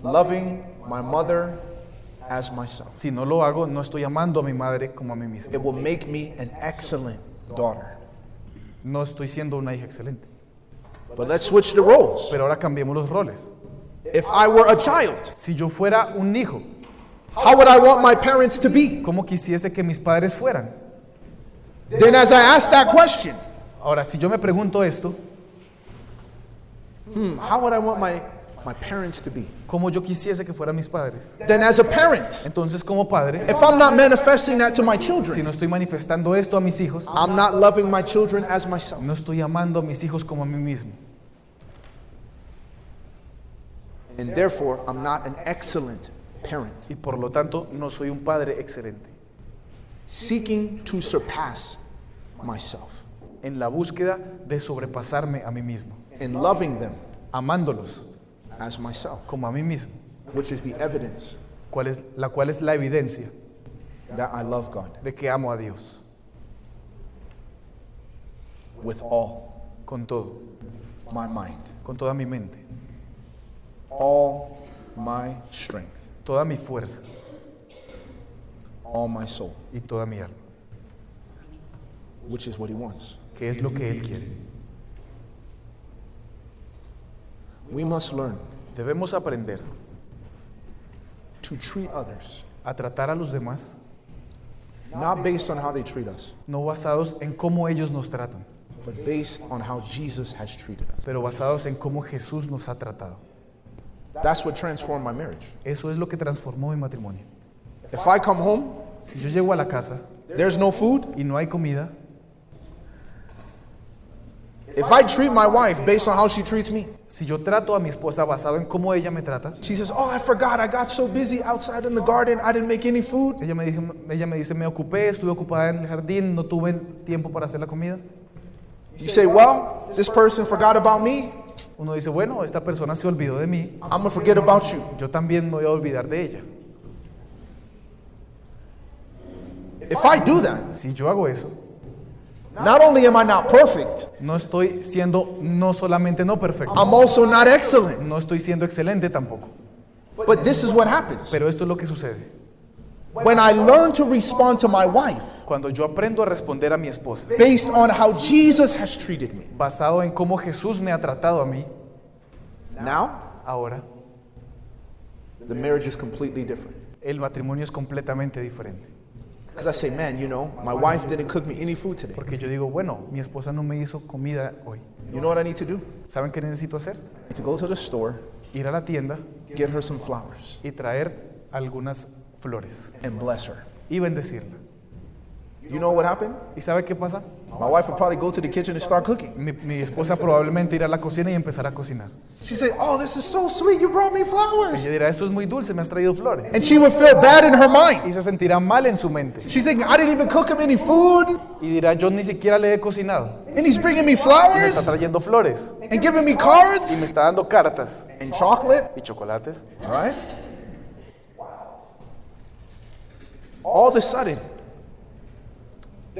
loving my mother as myself. si no lo hago, no estoy amando a mi madre como a mí mismo. It will make me an excellent daughter. No estoy siendo una hija excelente. But let's switch the roles. Pero ahora cambiemos los roles. If I were a child, Si yo fuera un hijo, how would I want my parents to be? ¿cómo quisiese que mis padres fueran? Then, as I ask that question, Ahora, si yo me pregunto esto, hmm, how would I want my my parents to be. como yo quisiese que fueran mis padres. Then, as a parent, Entonces, como padre, if I'm not manifesting that to my si no children, estoy manifestando esto a mis hijos, I'm not loving my children as myself. no estoy amando a mis hijos como a mí mismo. And therefore, I'm not an excellent parent. Y por lo tanto, no soy un padre excelente. Seeking to surpass myself En la búsqueda de sobrepasarme a mí mismo, and loving them amándolos as myself, como a mí mismo, which is the evidence cual es, la cual es la evidencia that I love God de que amo a Dios with all con todo, my mind, con toda mi mente, all my strength, toda mi fuerza all my soul, y toda mi alma, which is what He wants. que es lo que Él quiere. We must learn Debemos aprender to treat others a tratar a los demás not based on how they treat us, no basados en cómo ellos nos tratan, but based on how Jesus has treated us. pero basados en cómo Jesús nos ha tratado. That's what transformed my marriage. Eso es lo que transformó mi matrimonio. If I come home, Si yo llego a la casa there's no food, y no hay comida, If I treat my wife based on how she treats me, si yo trato a mi esposa basado en cómo ella me trata, she says, Oh, I forgot. I got so busy outside in the garden, I didn't make any food. ella me, dice, ella me dice, me ocupé, estuve ocupada en el jardín, no tuve tiempo para hacer la comida. You say, Well, this person forgot about me. Uno dice, bueno, esta persona se olvidó de mí, I'm going to forget about you. yo también me voy a olvidar de ella. If I do that, Si yo hago eso, not only am I not perfect, no estoy siendo no solamente no perfecto, I'm also not excellent. no estoy siendo excelente tampoco, But this is what happens. pero esto es lo que sucede. When I learn to respond to my wife Cuando yo aprendo a responder a mi esposa, based on how Jesus has treated me, basado en cómo Jesús me ha tratado a mí, now ahora the marriage is completely different. el matrimonio es completamente diferente. Because I say, Man, you know, my wife didn't cook me any food today. Porque yo digo, bueno, mi esposa no me hizo comida hoy. You know what I need to do? ¿Saben qué necesito hacer? I need to go to the store, Ir a la tienda get her some flowers, y traer algunas flores and bless her. y bendecirla. You know what happened? ¿Y sabe qué pasa? My wife would probably go to the kitchen and start cooking. Mi, mi esposa probablemente irá a la cocina y empezará a cocinar. She said, Oh, this is so sweet. You brought me flowers. Ella dirá, esto es muy dulce, me has traído flores. And she would feel bad in her mind. Y se sentirá mal en su mente. She's thinking, I didn't even cook him any food. Y dirá, yo ni siquiera le he cocinado. And he's bringing me Me está flowers trayendo flores. and giving me Me cards está dando cartas and chocolate. y chocolates. All right? All of a sudden,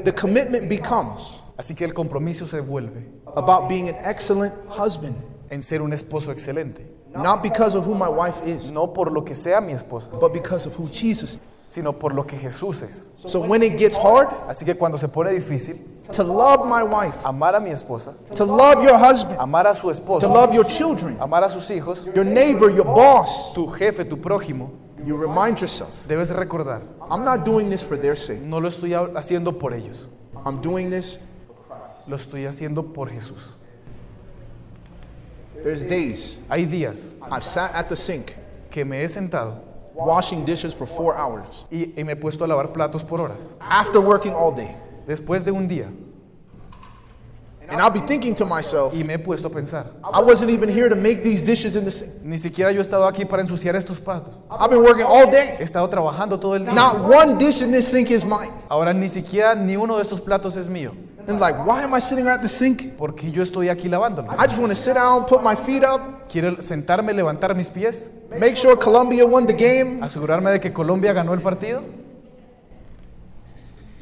the commitment becomes Así que el compromiso se vuelve about being an excellent husband, en ser un esposo excelente. not because of who my wife is, No por lo que sea mi esposa, but because of who Jesus is. sino por lo que Jesús es. So when it gets hard, Así que cuando se pone difícil, to love my wife, amar a mi esposa, to love your husband, amar a su to esposo, love your children, amar a sus hijos, your neighbor, your boss. tu jefe, tu prójimo, You remind yourself, debes recordar, I'm not doing this for their sake. no lo estoy ha- haciendo por ellos, I'm doing this. lo estoy haciendo por Jesús. There's days Hay días I've sat at the sink que me he sentado washing dishes for four hours y, y me he puesto a lavar platos por horas, after working all day. después de un día, And I'll be thinking to myself, y me he puesto a pensar, I wasn't even here to make these dishes in the sink. ni siquiera yo he estado aquí para ensuciar estos platos, I've been working all he day. estado trabajando todo el día, Not one dish in this sink is mine. ahora ni siquiera ni uno de estos platos es mío, I'm like, why am I sitting at the sink? porque yo estoy aquí lavándolo. I just want to sit down, put my feet up, Quiero sentarme, levantar mis pies, make sure Colombia won the game. asegurarme de que Colombia ganó el partido,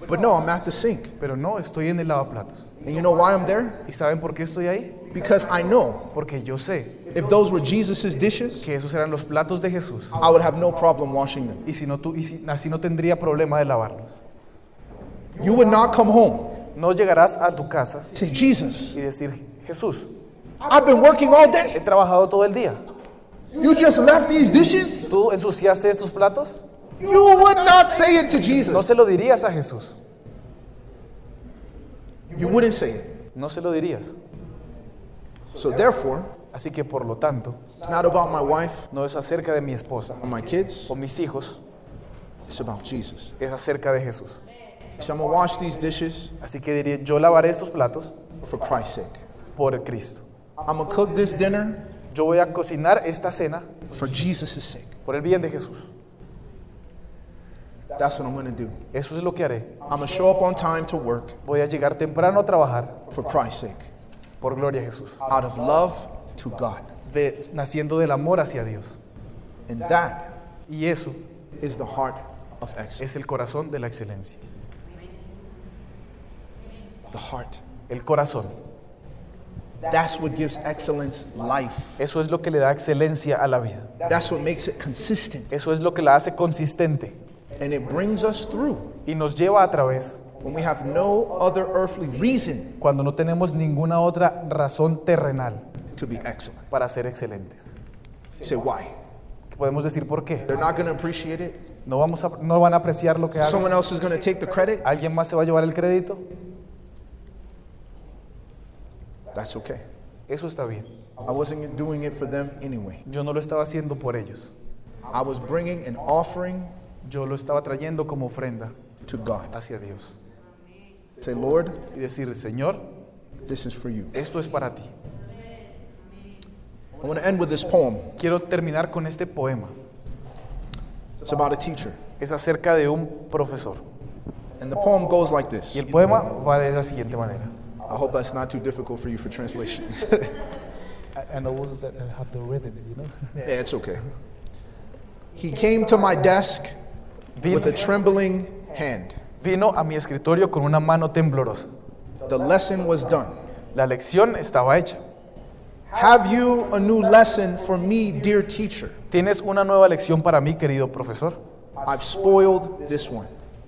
But no, I'm at the sink. pero no, estoy en el lavaplatos. And you know why I'm there? ¿Y saben por qué estoy ahí? Because I know Porque yo sé if those were Jesus' dishes, que esos eran los platos de Jesús I would have no problem washing them. y, si no tu- y si- así no tendría problema de lavarlos. You would not come home. No llegarás a tu casa Say, Jesus, y decir, Jesús, I've been working all day. he trabajado todo el día. You just left these dishes? ¿Tú ensuciaste estos platos? You would not say it to No Jesus. se lo dirías a Jesús. You wouldn't say it. No se lo dirías. So, therefore, Así que por lo tanto, It's not about my wife no es acerca de mi esposa or my kids. o mis hijos, It's about Jesus. es acerca de Jesús. So I'm gonna wash these dishes Así que diré, yo lavaré estos platos for Christ's sake. por Cristo. I'm gonna cook this dinner Yo voy a cocinar esta cena for Jesus' sake. por el bien de Jesús. That's what I'm gonna do. Eso es lo que haré. I'm gonna show up on time to work Voy a llegar temprano a trabajar for Christ's sake, por gloria a Jesús, out of love to God. de- naciendo del amor hacia Dios. And that Y eso is the heart of excellence. es el corazón de la excelencia. The heart. El corazón. That's what gives excellence life. Eso es lo que le da excelencia a la vida. That's what makes it consistent. Eso es lo que la hace consistente And it brings us through y nos lleva a través when we have no other earthly reason cuando no tenemos ninguna otra razón terrenal to be excellent. para ser excelentes. You say, why? ¿Qué Podemos decir por qué. They're not going to appreciate it. No, vamos a- no van a apreciar lo que hago. Someone else is going to take the credit. ¿Alguien más se va a llevar el crédito? That's okay. Eso está bien. I wasn't doing it for them anyway. Yo no lo estaba haciendo por ellos. I was bringing an offering Yo lo estaba trayendo como ofrenda to God. hacia Dios. Say, Lord, Y decir, Señor, this is for you. esto es para ti. I want to end with this poem. Quiero terminar con este poema. It's about a teacher. Es acerca de un profesor. And the poem goes like Y this. el poema va de la siguiente manera. I hope that's not too difficult for you for translation. [laughs] And I was that I have to read it, you know. yeah, it's okay. He came to my desk Vino, with a trembling hand. vino a mi escritorio con una mano temblorosa. The lesson was done. La lección estaba hecha. Have you a new lesson for me, dear teacher? Tienes una nueva lección para mí, querido profesor. I've spoiled this one.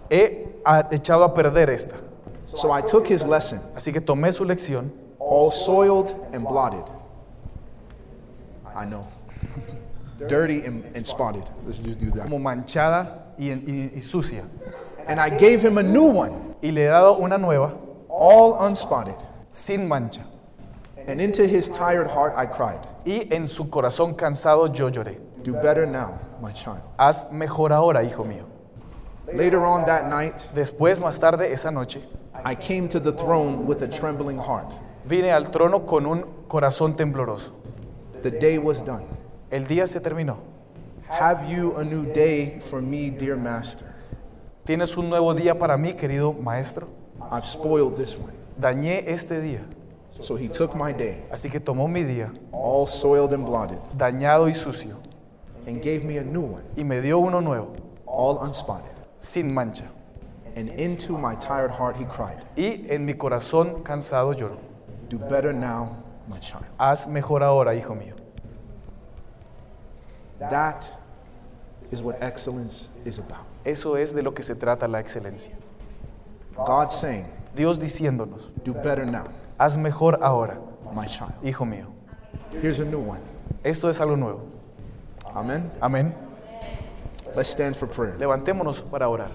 He a- echado a perder esta. So I took his lesson, Así que tomé su lección, all soiled and blotted. I know. Dirty and, and spotted. Let's just do that. como manchada y, y- y sucia. And I gave him a new one, Y le he dado una nueva, all unspotted. sin mancha. And into his tired heart I cried, Y en su corazón cansado yo lloré. Do better now, my child. Haz mejor ahora, hijo mío. Later on that night, Después, más tarde, esa noche, I came to the throne with a trembling heart. vine al trono con un corazón tembloroso. The day was done. El día se terminó. Have you a new day for me, dear master? Tienes un nuevo día para mí, querido maestro. I've spoiled this one. Dañé este día. So he took my day, Así que tomó mi día, all soiled and blotted, dañado y sucio, and gave me a new one, y me dio uno nuevo, all unspotted. sin mancha. And into my tired heart he cried, Y en mi corazón cansado lloró. Do better now, my child. Haz mejor ahora, hijo mío. That is what excellence is about. Eso es de lo que se trata la excelencia. God saying, Dios diciéndonos, Do better now, haz mejor ahora, my child. hijo mío. Here's a new one. Esto es algo nuevo. Amen. Amén. Let's stand for prayer. Levantémonos para orar.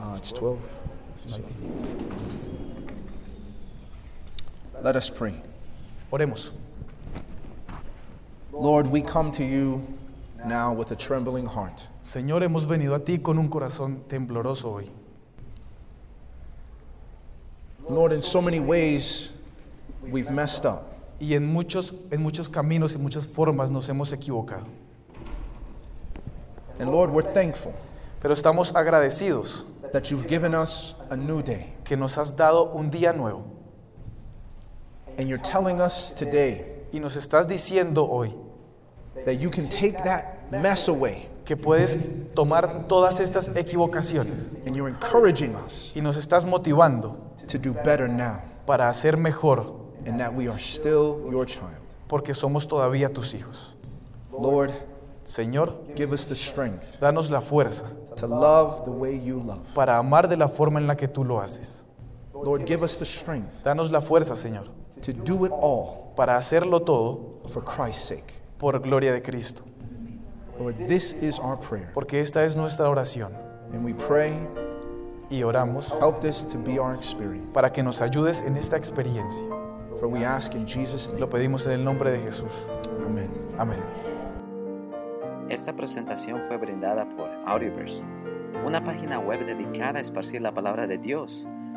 Uh, it's 12. Let us pray. Oremos. Lord, we come to you now with a trembling heart. Señor, hemos venido a ti con un corazón tembloroso hoy. Lord, in so many ways, we've messed up. Y en muchos, en muchos caminos y muchas formas nos hemos equivocado. And Lord, we're thankful Pero estamos agradecidos that you've given us a new day. que nos has dado un día nuevo. And you're telling us today Y nos estás diciendo hoy that you can take that mess away. que puedes tomar todas estas equivocaciones. And you're encouraging us Y nos estás motivando to do better now. para hacer mejor And that we are still your child. porque somos todavía tus hijos. Lord, Señor, give us the strength danos la fuerza to love the way you love. para amar de la forma en la que tú lo haces. Lord, give us the strength Danos la fuerza, Señor, to do it all para hacerlo todo for Christ's sake. por gloria de Cristo. Lord, this is our prayer. Porque esta es nuestra oración. And we pray y oramos Help this to be our experience. para que nos ayudes en esta experiencia. For we ask in Jesus' Lo name. pedimos en el nombre de Jesús. Amen. Amén. Esta presentación fue brindada por Audioverse, una página web dedicada a esparcir la palabra de Dios